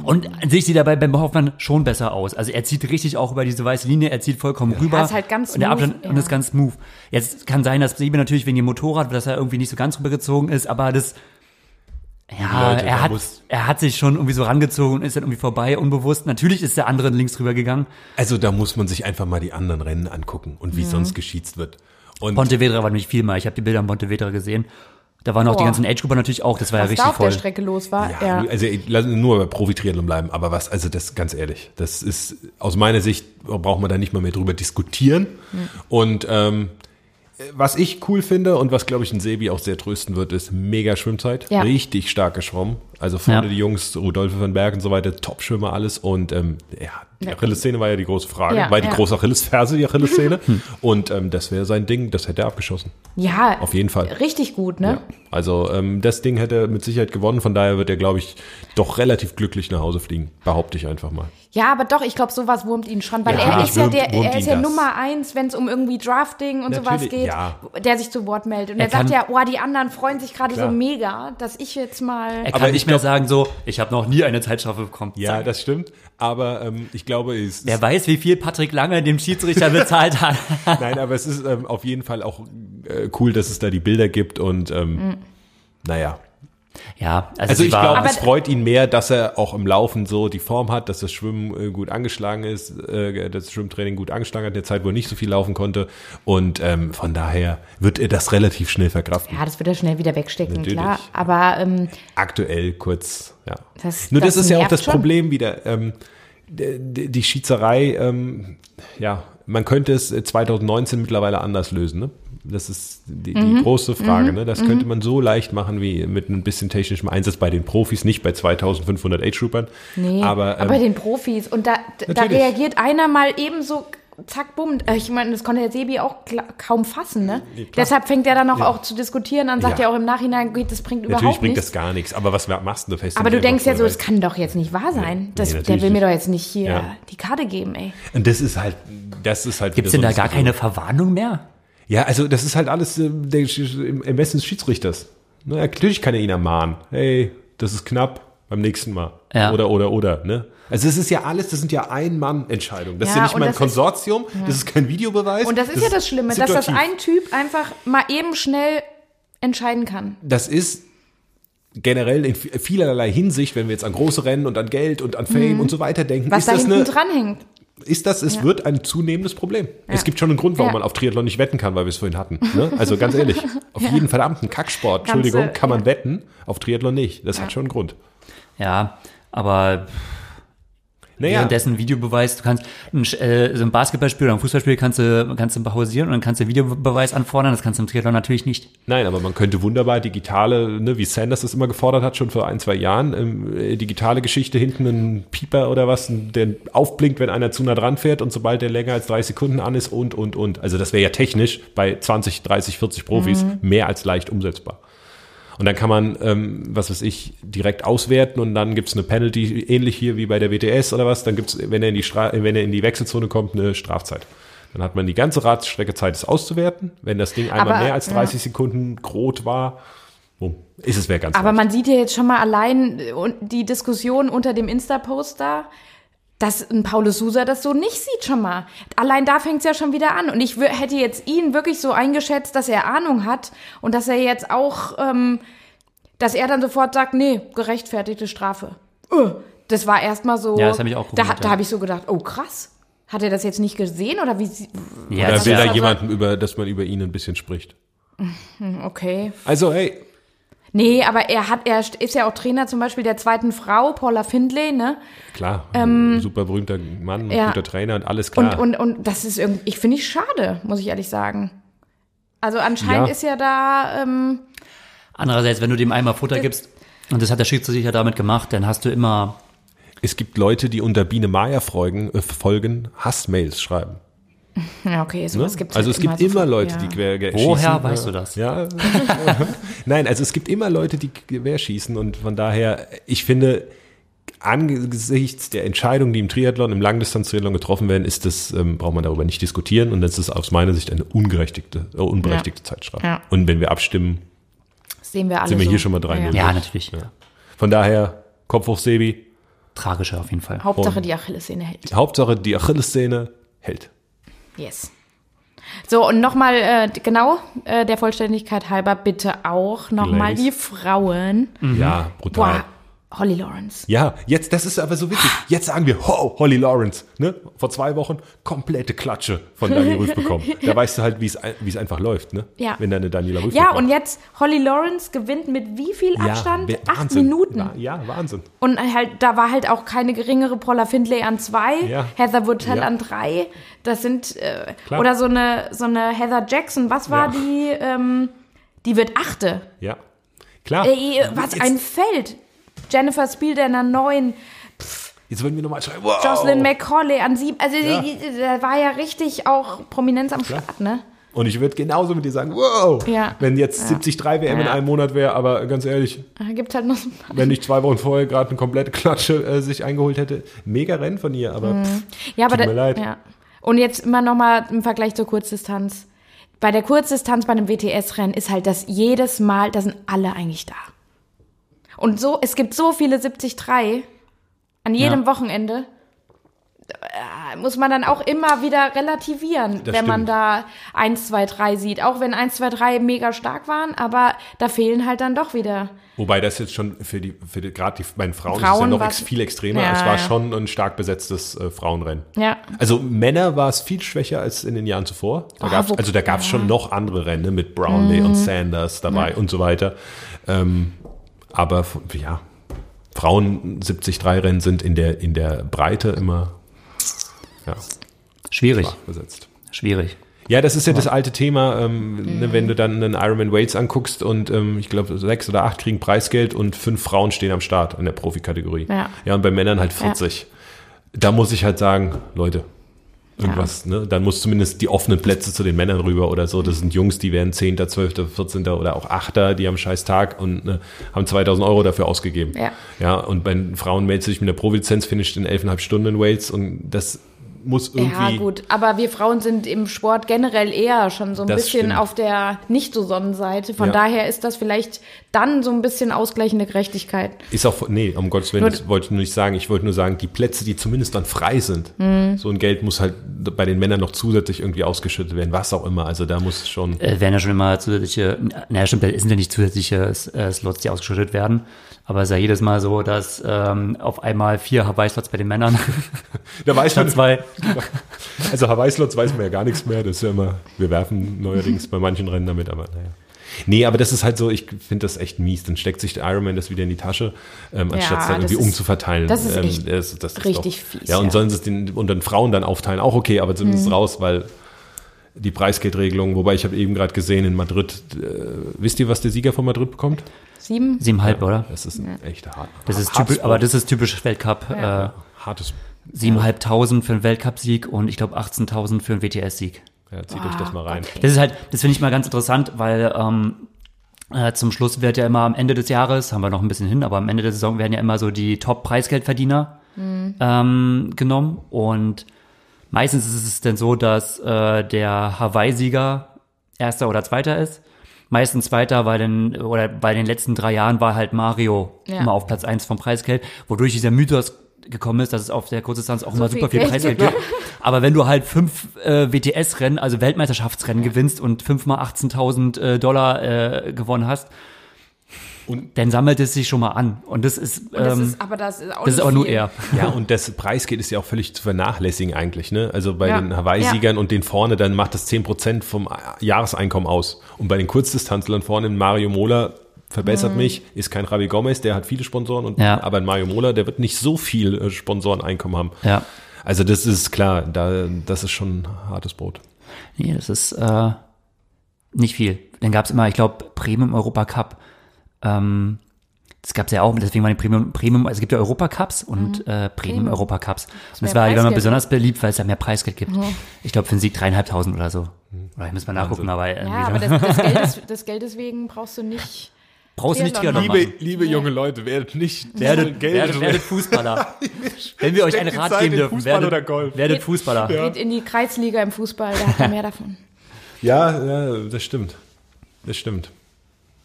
Speaker 2: Und an sich sieht er bei Ben Hoffmann schon besser aus. Also er zieht richtig auch über diese weiße Linie, er zieht vollkommen rüber.
Speaker 4: Er ist halt ganz
Speaker 2: und der
Speaker 4: smooth,
Speaker 2: Abstand und
Speaker 4: ja.
Speaker 2: ist ganz smooth. Jetzt kann sein, dass Sieben natürlich wegen dem Motorrad, dass er irgendwie nicht so ganz rübergezogen ist, aber das ja,
Speaker 3: Leute,
Speaker 2: er
Speaker 3: da
Speaker 2: hat
Speaker 3: muss-
Speaker 2: er hat sich schon irgendwie so rangezogen und ist dann irgendwie vorbei unbewusst. Natürlich ist der andere links rübergegangen.
Speaker 3: also da muss man sich einfach mal die anderen Rennen angucken und
Speaker 4: Mhm.
Speaker 3: wie sonst geschießt wird. Und
Speaker 2: Pontevedra war nämlich viermal. Ich habe die Bilder in Pontevedra gesehen. Da waren auch die
Speaker 4: Boah.
Speaker 2: ganzen Age-Grupper natürlich auch. Das war ja
Speaker 4: Was da
Speaker 2: richtig
Speaker 4: auf der
Speaker 2: voll.
Speaker 4: Strecke los war.
Speaker 3: ja,
Speaker 4: Ja,
Speaker 3: also ey, lass uns nur bei Profitriathlon bleiben, aber was, also das, ganz ehrlich, das ist, aus meiner Sicht braucht man da nicht mal mehr drüber diskutieren.
Speaker 4: Hm.
Speaker 3: Und ähm, was ich cool finde und was, glaube ich, ein Sebi auch sehr trösten wird, ist mega Schwimmzeit.
Speaker 4: Ja.
Speaker 3: Richtig stark geschwommen. Also vorne
Speaker 2: Ja.
Speaker 3: die Jungs, Rudolf van Berg und so weiter, Top-Schwimmer alles. Und ähm, ja, die Achillessehne war ja die große Frage,
Speaker 4: Ja,
Speaker 3: weil die
Speaker 4: ja. Hm.
Speaker 3: große Achillesferse, die Achillessehne. und ähm, das wäre sein Ding, das hätte er abgeschossen.
Speaker 4: ja,
Speaker 3: Auf jeden Fall.
Speaker 4: richtig gut, ne?
Speaker 3: Ja. Also ähm, das Ding hätte er mit Sicherheit gewonnen, von daher wird er, glaube ich, doch relativ glücklich nach Hause fliegen, behaupte ich einfach mal.
Speaker 4: Ja, aber doch, ich glaube, sowas wurmt ihn schon, weil
Speaker 3: Ja,
Speaker 4: er
Speaker 3: natürlich
Speaker 4: ist ja
Speaker 3: wurmt-
Speaker 4: der,
Speaker 3: wurmt
Speaker 4: er ist
Speaker 3: ihn
Speaker 4: ja
Speaker 3: das.
Speaker 4: Nummer eins, wenn es um irgendwie Drafting und sowas
Speaker 3: Natürlich,
Speaker 4: geht,
Speaker 3: ja.
Speaker 4: der sich zu Wort meldet. Und er,
Speaker 2: Er
Speaker 4: sagt
Speaker 2: kann-
Speaker 4: ja, oh, die anderen freuen sich gerade so
Speaker 3: Klar.
Speaker 4: mega, dass ich jetzt mal.
Speaker 2: Er kann
Speaker 3: Aber
Speaker 2: nicht
Speaker 3: ich
Speaker 2: mehr
Speaker 3: glaub-
Speaker 2: sagen so, ich habe noch nie eine Zeitstrafe bekommen. Zack.
Speaker 3: das stimmt. Aber ähm, ich glaube, es
Speaker 2: Wer weiß, wie viel Patrick Lange dem Schiedsrichter bezahlt hat.
Speaker 3: nein, aber es ist ähm, auf jeden Fall auch äh, cool, dass es da die Bilder gibt und ähm, naja.
Speaker 2: Ja, also,
Speaker 3: Also
Speaker 2: sie
Speaker 3: ich
Speaker 2: war,
Speaker 3: glaube, es
Speaker 4: Aber-
Speaker 3: freut ihn mehr, dass er auch im Laufen so die Form hat, dass das Schwimmen äh, gut angeschlagen ist, äh, das Schwimmtraining gut angeschlagen hat, in der Zeit, wo er nicht so viel laufen konnte. Und ähm, von daher wird er das relativ schnell verkraften.
Speaker 4: Ja, das wird er schnell wieder wegstecken,
Speaker 3: Natürlich.
Speaker 4: klar. Aber ähm,
Speaker 3: aktuell kurz, ja.
Speaker 4: Das-
Speaker 3: Nur das,
Speaker 4: das
Speaker 3: ist ja auch
Speaker 4: nervt
Speaker 3: das
Speaker 4: schon.
Speaker 3: Problem wieder. Ähm, d- d- die Schiedserei, ähm, ja, man könnte es 2019 mittlerweile anders lösen, ne? Das ist die, die
Speaker 4: Mhm.
Speaker 3: große Frage. Ne? Das könnte man so leicht machen wie mit ein bisschen technischem Einsatz bei den Profis, nicht bei 2500 Age-Troopern.
Speaker 4: nee,
Speaker 3: aber, ähm,
Speaker 4: bei den Profis. Und da, da
Speaker 3: Natürlich.
Speaker 4: reagiert einer mal ebenso. Zack, bumm. Äh, Ich meine, das konnte der Sebi auch kla- kaum fassen, ne?
Speaker 3: klar.
Speaker 4: Deshalb fängt er dann auch, auch zu diskutieren an, sagt ja.
Speaker 3: Ja.
Speaker 4: auch im Nachhinein, geht, das bringt
Speaker 3: natürlich
Speaker 4: überhaupt
Speaker 3: bringt
Speaker 4: nichts.
Speaker 3: das gar nichts. Aber was machst du fest?
Speaker 4: Aber du denkst ja so,
Speaker 3: es
Speaker 4: es kann doch jetzt nicht wahr sein. Das,
Speaker 3: nee,
Speaker 4: der
Speaker 3: natürlich
Speaker 4: will mir
Speaker 3: nicht.
Speaker 4: doch jetzt nicht hier
Speaker 3: Ja.
Speaker 4: die Karte geben, ey.
Speaker 3: Und das ist halt, das ist halt.
Speaker 2: gibt es
Speaker 3: wieder
Speaker 2: denn
Speaker 3: so
Speaker 2: da
Speaker 3: eine
Speaker 2: gar
Speaker 3: Diskussion.
Speaker 2: keine Verwarnung mehr?
Speaker 3: Ja, also das ist halt alles äh, der, Sch- im Ermessen des Schiedsrichters. Ne, natürlich kann er ihn ermahnen. Hey, das ist knapp, beim nächsten Mal.
Speaker 2: Ja.
Speaker 3: Oder, oder, oder. Ne? Also das ist ja alles, das sind ja Ein-Mann-Entscheidungen. Das ist ja
Speaker 4: Ja,
Speaker 3: nicht
Speaker 4: und
Speaker 3: mal ein
Speaker 4: das ist-
Speaker 3: Konsortium, das ist kein Videobeweis.
Speaker 4: Und das ist ja das Schlimme, dass das
Speaker 3: situativ.
Speaker 4: ein Typ einfach mal eben schnell entscheiden kann.
Speaker 3: das ist generell in vi- vielerlei Hinsicht, wenn wir jetzt an große Rennen und an Geld und an Fame und so weiter denken,
Speaker 4: Mhm. Was
Speaker 3: ist
Speaker 4: da
Speaker 3: das
Speaker 4: hinten
Speaker 3: eine
Speaker 4: dranhängt.
Speaker 3: ist das, es
Speaker 4: Ja.
Speaker 3: wird ein zunehmendes Problem. Es gibt schon einen Grund, warum
Speaker 4: Ja.
Speaker 3: man auf Triathlon nicht wetten kann, weil wir es vorhin hatten. Ne? Also ganz ehrlich, auf jeden verdammten Kacksport,
Speaker 4: Ganze-
Speaker 3: Entschuldigung, kann man
Speaker 4: ja.
Speaker 3: wetten, auf Triathlon nicht. Das hat schon einen Grund.
Speaker 2: Ja, aber
Speaker 3: Naja,
Speaker 2: währenddessen Videobeweis, du kannst ein, Sch- äh, so ein Basketballspiel oder ein Fußballspiel kannst du, kannst du pausieren und dann kannst du Videobeweis anfordern, das kannst du im Triathlon natürlich nicht.
Speaker 3: nein, aber man könnte wunderbar digitale, ne, wie Sanders es immer gefordert hat, schon vor ein, zwei Jahren, ähm, äh, digitale Geschichte hinten einen Pieper oder was, der aufblinkt, wenn einer zu nah dran fährt und sobald der länger als 30 Sekunden an ist und, und, und. Also das wäre ja technisch bei 20, 30, 40 Profis
Speaker 4: Mhm.
Speaker 3: mehr als leicht umsetzbar. Und dann kann man, ähm, was weiß ich, direkt auswerten und dann gibt's eine Penalty, ähnlich hier wie bei der WTS oder was, dann gibt's, wenn er in die Stra wenn er in die Wechselzone kommt, eine Strafzeit. Dann hat man die ganze Radstrecke Zeit, es auszuwerten. Wenn das Ding einmal
Speaker 4: Aber,
Speaker 3: mehr als 30 Sekunden rot war, bumm, ist es wäre ganz
Speaker 4: Aber
Speaker 3: leicht.
Speaker 4: man sieht ja jetzt schon mal allein äh, und die Diskussion unter dem Insta-Post da, dass ein Paulus Sousa das so nicht sieht schon mal. Allein da fängt es ja schon wieder an. Und ich wür- hätte jetzt ihn wirklich so eingeschätzt, dass er Ahnung hat und dass er jetzt auch, ähm, dass er dann sofort sagt, nee, gerechtfertigte Strafe. Äh, Das war erstmal so.
Speaker 2: Ja, das hab ich auch
Speaker 4: Da,
Speaker 2: gewundert,
Speaker 4: da
Speaker 2: ja.
Speaker 4: habe ich so gedacht, oh krass. Hat er das jetzt nicht gesehen oder wie? sie-
Speaker 2: Ja,
Speaker 3: da
Speaker 2: das
Speaker 3: will
Speaker 2: ist-
Speaker 4: ja-
Speaker 3: da jemanden über, dass man über ihn ein bisschen spricht.
Speaker 4: Okay.
Speaker 3: Also, hey,
Speaker 4: Nee, aber er hat, er ist ja auch Trainer zum Beispiel der zweiten Frau, Paula Findlay, ne?
Speaker 3: klar, super berühmter Mann, und
Speaker 4: Ähm, ja.
Speaker 3: guter Trainer und alles klar.
Speaker 4: Und, und, und das ist irgendwie, ich finde ich schade, muss ich ehrlich sagen. Also anscheinend
Speaker 3: Ja.
Speaker 4: ist ja da, ähm,
Speaker 2: Andererseits, wenn du dem einmal Futter gibst, und das hat der Schiedsrichter damit gemacht, dann hast du immer
Speaker 3: es gibt Leute, die unter Biene Meier folgen, äh, folgen Hassmails schreiben.
Speaker 4: ja okay,
Speaker 3: Ne?
Speaker 4: sowas gibt's
Speaker 3: also
Speaker 4: halt
Speaker 3: es gibt immer,
Speaker 4: sofort,
Speaker 3: Leute,
Speaker 4: ja.
Speaker 3: die quer ge-
Speaker 2: Woher
Speaker 3: schießen.
Speaker 2: weißt
Speaker 3: Ja.
Speaker 2: du das?
Speaker 3: Ja. Nein, also es gibt immer Leute, die quer schießen und von daher, ich finde, angesichts der Entscheidungen, die im Triathlon, im Langdistanz-Triathlon getroffen werden, ist das, ähm, braucht man darüber nicht diskutieren und das ist aus meiner Sicht eine ungerechtigte, äh, unberechtigte Zeitstrafe.
Speaker 4: Ja.
Speaker 3: Und wenn wir abstimmen,
Speaker 4: Das sehen wir alle
Speaker 3: sind wir
Speaker 4: so.
Speaker 3: hier schon mal 3-0.
Speaker 2: Ja, natürlich.
Speaker 3: Von daher, Kopf hoch, Sebi.
Speaker 2: tragischer auf jeden Fall.
Speaker 4: Hauptsache die Achillessehne hält.
Speaker 3: Hauptsache, die Achillessehne hält.
Speaker 4: Yes. So, und nochmal, äh, genau, äh, der Vollständigkeit halber bitte auch nochmal
Speaker 3: Ladies.
Speaker 4: die Frauen.
Speaker 3: Ja, brutal.
Speaker 4: Mhm. Boah, Holly Lawrence.
Speaker 3: Ja, jetzt, das ist aber so witzig. Jetzt sagen wir, ho, Holly Lawrence, ne? Vor zwei Wochen komplette Klatsche von Daniel Rüff bekommen. Da weißt du halt, wie es ein- wie es einfach läuft, ne?
Speaker 4: Ja.
Speaker 3: Wenn deine Daniela Rüff
Speaker 4: Ja,
Speaker 3: bekommt.
Speaker 4: und jetzt, Holly Lawrence gewinnt mit wie viel Abstand?
Speaker 3: wer-
Speaker 4: Acht
Speaker 3: Wahnsinn.
Speaker 4: Minuten.
Speaker 3: Wa- Ja, Wahnsinn.
Speaker 4: Und halt, da war halt auch keine geringere Paula Findlay an zwei,
Speaker 3: Ja.
Speaker 4: Heather Woodhull
Speaker 3: Ja.
Speaker 4: an drei. Das sind äh,
Speaker 3: Klar.
Speaker 4: oder so eine so eine Heather Jackson. Was war
Speaker 3: Ja.
Speaker 4: die? Ähm, die wird achte.
Speaker 3: Ja. Klar.
Speaker 4: Ey, was
Speaker 3: jetzt,
Speaker 4: ein Feld. Jennifer Spielder an der neun,
Speaker 3: Jetzt würden wir nochmal schreiben, wow.
Speaker 4: Jocelyn McCauley an sieben. Also
Speaker 3: Ja.
Speaker 4: die- die- da war ja richtig auch Prominenz am
Speaker 3: Klar.
Speaker 4: Start, ne?
Speaker 3: Und ich würde genauso mit dir sagen, wow.
Speaker 4: Ja.
Speaker 3: Wenn jetzt 73 WM in einem Monat wäre, aber ganz ehrlich,
Speaker 4: Da gibt halt noch so ein paar.
Speaker 3: wenn ich zwei Wochen vorher gerade eine komplette Klatsche äh, sich eingeholt hätte, mega Rennen von ihr, aber
Speaker 4: Mhm.
Speaker 3: pff,
Speaker 4: Ja, aber
Speaker 3: Tut mir
Speaker 4: da-
Speaker 3: leid.
Speaker 4: Ja. Und jetzt immer noch mal im Vergleich zur Kurzdistanz. Bei der Kurzdistanz bei einem WTS-Rennen ist halt das jedes Mal, da sind alle eigentlich da. Und so, es gibt so viele 73 an jedem
Speaker 2: Ja.
Speaker 4: Wochenende. Äh, Muss man dann auch immer wieder relativieren,
Speaker 3: Das
Speaker 4: wenn man
Speaker 3: stimmt.
Speaker 4: da 1, 2, 3 sieht. Auch wenn 1, 2, 3 mega stark waren, aber da fehlen halt dann doch wieder.
Speaker 3: Wobei das jetzt schon für die, für die gerade die, bei den Frauen, ist es ja
Speaker 4: Frauen
Speaker 3: noch
Speaker 4: war's-
Speaker 3: ex, viel extremer.
Speaker 4: Ja,
Speaker 3: es war
Speaker 4: ja.
Speaker 3: schon ein stark besetztes äh, Frauenrennen.
Speaker 4: Ja.
Speaker 3: Also Männer war es viel schwächer als in den Jahren zuvor. Da
Speaker 4: Ah,
Speaker 3: gab's,
Speaker 4: wo- Mhm.
Speaker 3: also da gab es schon noch andere Rennen ne, mit Brownlee und Sanders dabei und so weiter. Ähm, aber f- ja, Frauen 73-Rennen sind in der, in der Breite immer ja,
Speaker 2: Schwierig,
Speaker 3: schwach besetzt.
Speaker 2: schwierig.
Speaker 3: Ja, das ist ja das alte Thema, ähm, ne,
Speaker 4: Mhm.
Speaker 3: wenn du dann einen Ironman Waits anguckst und ähm, ich glaube sechs oder acht kriegen Preisgeld und fünf Frauen stehen am Start in der Profikategorie.
Speaker 4: Ja.
Speaker 3: ja und bei Männern halt 40. Da muss ich halt sagen, Leute, irgendwas, ne? Dann muss zumindest die offenen Plätze zu den Männern rüber oder so. Das
Speaker 4: Mhm.
Speaker 3: sind Jungs, die werden 10., 12., 14. oder auch 8. Die haben scheiß Tag und ne, haben 2000 Euro dafür ausgegeben.
Speaker 4: Ja.
Speaker 3: Ja, und bei den Frauen meldest du dich mit der Pro-Lizenz, finisht in 11,5 Stunden in Wales und das muss irgendwie.
Speaker 4: Ja, gut, aber wir Frauen sind im Sport generell eher schon so ein
Speaker 3: Das
Speaker 4: bisschen
Speaker 3: stimmt.
Speaker 4: auf der nicht so Sonnenseite. Von
Speaker 3: Ja.
Speaker 4: daher ist das vielleicht dann so ein bisschen ausgleichende Gerechtigkeit.
Speaker 3: Ist auch, nee, um Gottes Willen,
Speaker 4: Nur-
Speaker 3: das wollte ich nur nicht sagen. Ich wollte nur sagen, die Plätze, die zumindest dann frei sind, so ein Geld muss halt bei den Männern noch zusätzlich irgendwie ausgeschüttet werden, was auch immer. Also da muss schon,
Speaker 2: Äh, werden ja schon immer zusätzliche, naja, stimmt, es sind ja nicht zusätzliche äh, Slots, die ausgeschüttet werden. Aber es ist ja jedes Mal so, dass ähm, auf einmal vier Hawaii-Slots bei den Männern
Speaker 3: da weiß
Speaker 2: statt
Speaker 3: man,
Speaker 2: zwei.
Speaker 3: genau. Also Hawaii-Slots weiß man ja gar nichts mehr. Das ist ja immer, wir werfen neuerdings bei manchen Rennen damit, aber naja. Nee, aber das ist halt so, ich finde das echt mies. Dann steckt sich der Ironman das wieder in die Tasche, ähm, anstatt es dann
Speaker 4: das
Speaker 3: irgendwie
Speaker 4: ist-
Speaker 3: umzuverteilen.
Speaker 4: das ist
Speaker 3: ähm,
Speaker 4: echt
Speaker 3: das, das ist
Speaker 4: richtig
Speaker 3: doch,
Speaker 4: fies,
Speaker 3: Ja, und
Speaker 4: ja. Mhm.
Speaker 3: sollen sie es den, unter den Frauen dann aufteilen, auch okay, aber zumindest raus, weil die Preisgeldregelung, wobei ich habe eben gerade gesehen in Madrid, äh, wisst ihr, was der Sieger von Madrid bekommt?
Speaker 4: Sieben?
Speaker 2: Siebenhalb, oder?
Speaker 3: Das ist ein echter hart.
Speaker 2: Das ist
Speaker 3: hartes
Speaker 2: typisch, aber
Speaker 3: Wort.
Speaker 2: das ist typisch Weltcup. Äh,
Speaker 3: hartes.
Speaker 2: 7.500 für einen Weltcupsieg und ich glaube 18.000 für einen WTS-Sieg.
Speaker 3: Ja, zieht euch
Speaker 4: Ah,
Speaker 3: das mal rein.
Speaker 2: Das ist halt, das finde ich mal ganz interessant, weil ähm, äh, zum Schluss wird ja immer am Ende des Jahres, haben wir noch ein bisschen hin, aber am Ende der Saison werden ja immer so die Top-Preisgeldverdiener ähm, genommen und meistens ist es dann so, dass äh, der Hawaii-Sieger erster oder zweiter ist. Meistens zweiter, weil den, oder bei den letzten drei Jahren war halt Mario
Speaker 4: Ja.
Speaker 2: immer auf Platz eins vom Preisgeld, wodurch dieser Mythos gekommen ist, dass es auf der Kurzdistanz auch immer
Speaker 4: viel
Speaker 2: super viel
Speaker 4: Geld
Speaker 2: Preisgeld
Speaker 4: gibt.
Speaker 2: gibt. Aber wenn du halt fünf äh, WTS-Rennen, also Weltmeisterschaftsrennen gewinnst und fünfmal 18.000 äh, Dollar äh, gewonnen hast,
Speaker 3: Und-
Speaker 2: dann sammelt es sich schon mal an. Und das ist,
Speaker 4: Und das
Speaker 2: ähm,
Speaker 4: ist, aber das ist auch,
Speaker 2: das ist
Speaker 4: nicht
Speaker 2: aber nur
Speaker 4: viel.
Speaker 2: er.
Speaker 3: Ja, und das Preisgeld ist ja auch völlig zu vernachlässigen eigentlich. Ne? Also bei
Speaker 4: Ja.
Speaker 3: den Hawaii-Siegern und den vorne, dann macht das 10% vom Jahreseinkommen aus. Und bei den Kurzdistanzlern vorne, ein Mario Mola, verbessert mich, ist kein Ravi Gomez, der hat viele Sponsoren. Und,
Speaker 2: Ja.
Speaker 3: Aber ein Mario Mola, der wird nicht so viel äh, Sponsoreneinkommen haben.
Speaker 2: Ja.
Speaker 3: Also das ist klar, da, das ist schon hartes Brot.
Speaker 2: Nee, das ist äh, nicht viel. Dann gab's immer, ich glaube, Premium Europa Cup. Ähm, das gab's ja auch, deswegen waren die Premium, Premium also es gibt ja Europa Cups
Speaker 4: Mhm.
Speaker 2: und äh, Premium, Europa Cups. Und das
Speaker 4: mehr
Speaker 2: war ja immer
Speaker 4: Preisgeld,
Speaker 2: besonders beliebt, weil es da mehr Preisgeld gibt. Ich glaube, für den Sieg dreieinhalbtausend oder so. Oder ich muss mal nachgucken, aber irgendwie
Speaker 4: Ja,
Speaker 2: so.
Speaker 4: aber das, das, Geld ist, das Geld deswegen brauchst du nicht.
Speaker 2: brauchst du nicht
Speaker 4: Triathlon
Speaker 2: Triathlon machen.
Speaker 3: liebe junge Leute, werdet nicht
Speaker 2: Werdet, werdet, werdet Fußballer. Wenn wir euch
Speaker 3: Steckt
Speaker 2: einen
Speaker 3: die
Speaker 2: Rat
Speaker 3: Zeit
Speaker 2: geben
Speaker 3: in
Speaker 2: dürfen,
Speaker 3: Fußball
Speaker 2: werdet,
Speaker 3: oder Golf.
Speaker 2: werdet Fußballer.
Speaker 4: Geht in die Kreisliga im Fußball, da hat er mehr davon.
Speaker 3: Ja, ja, das stimmt. Das stimmt.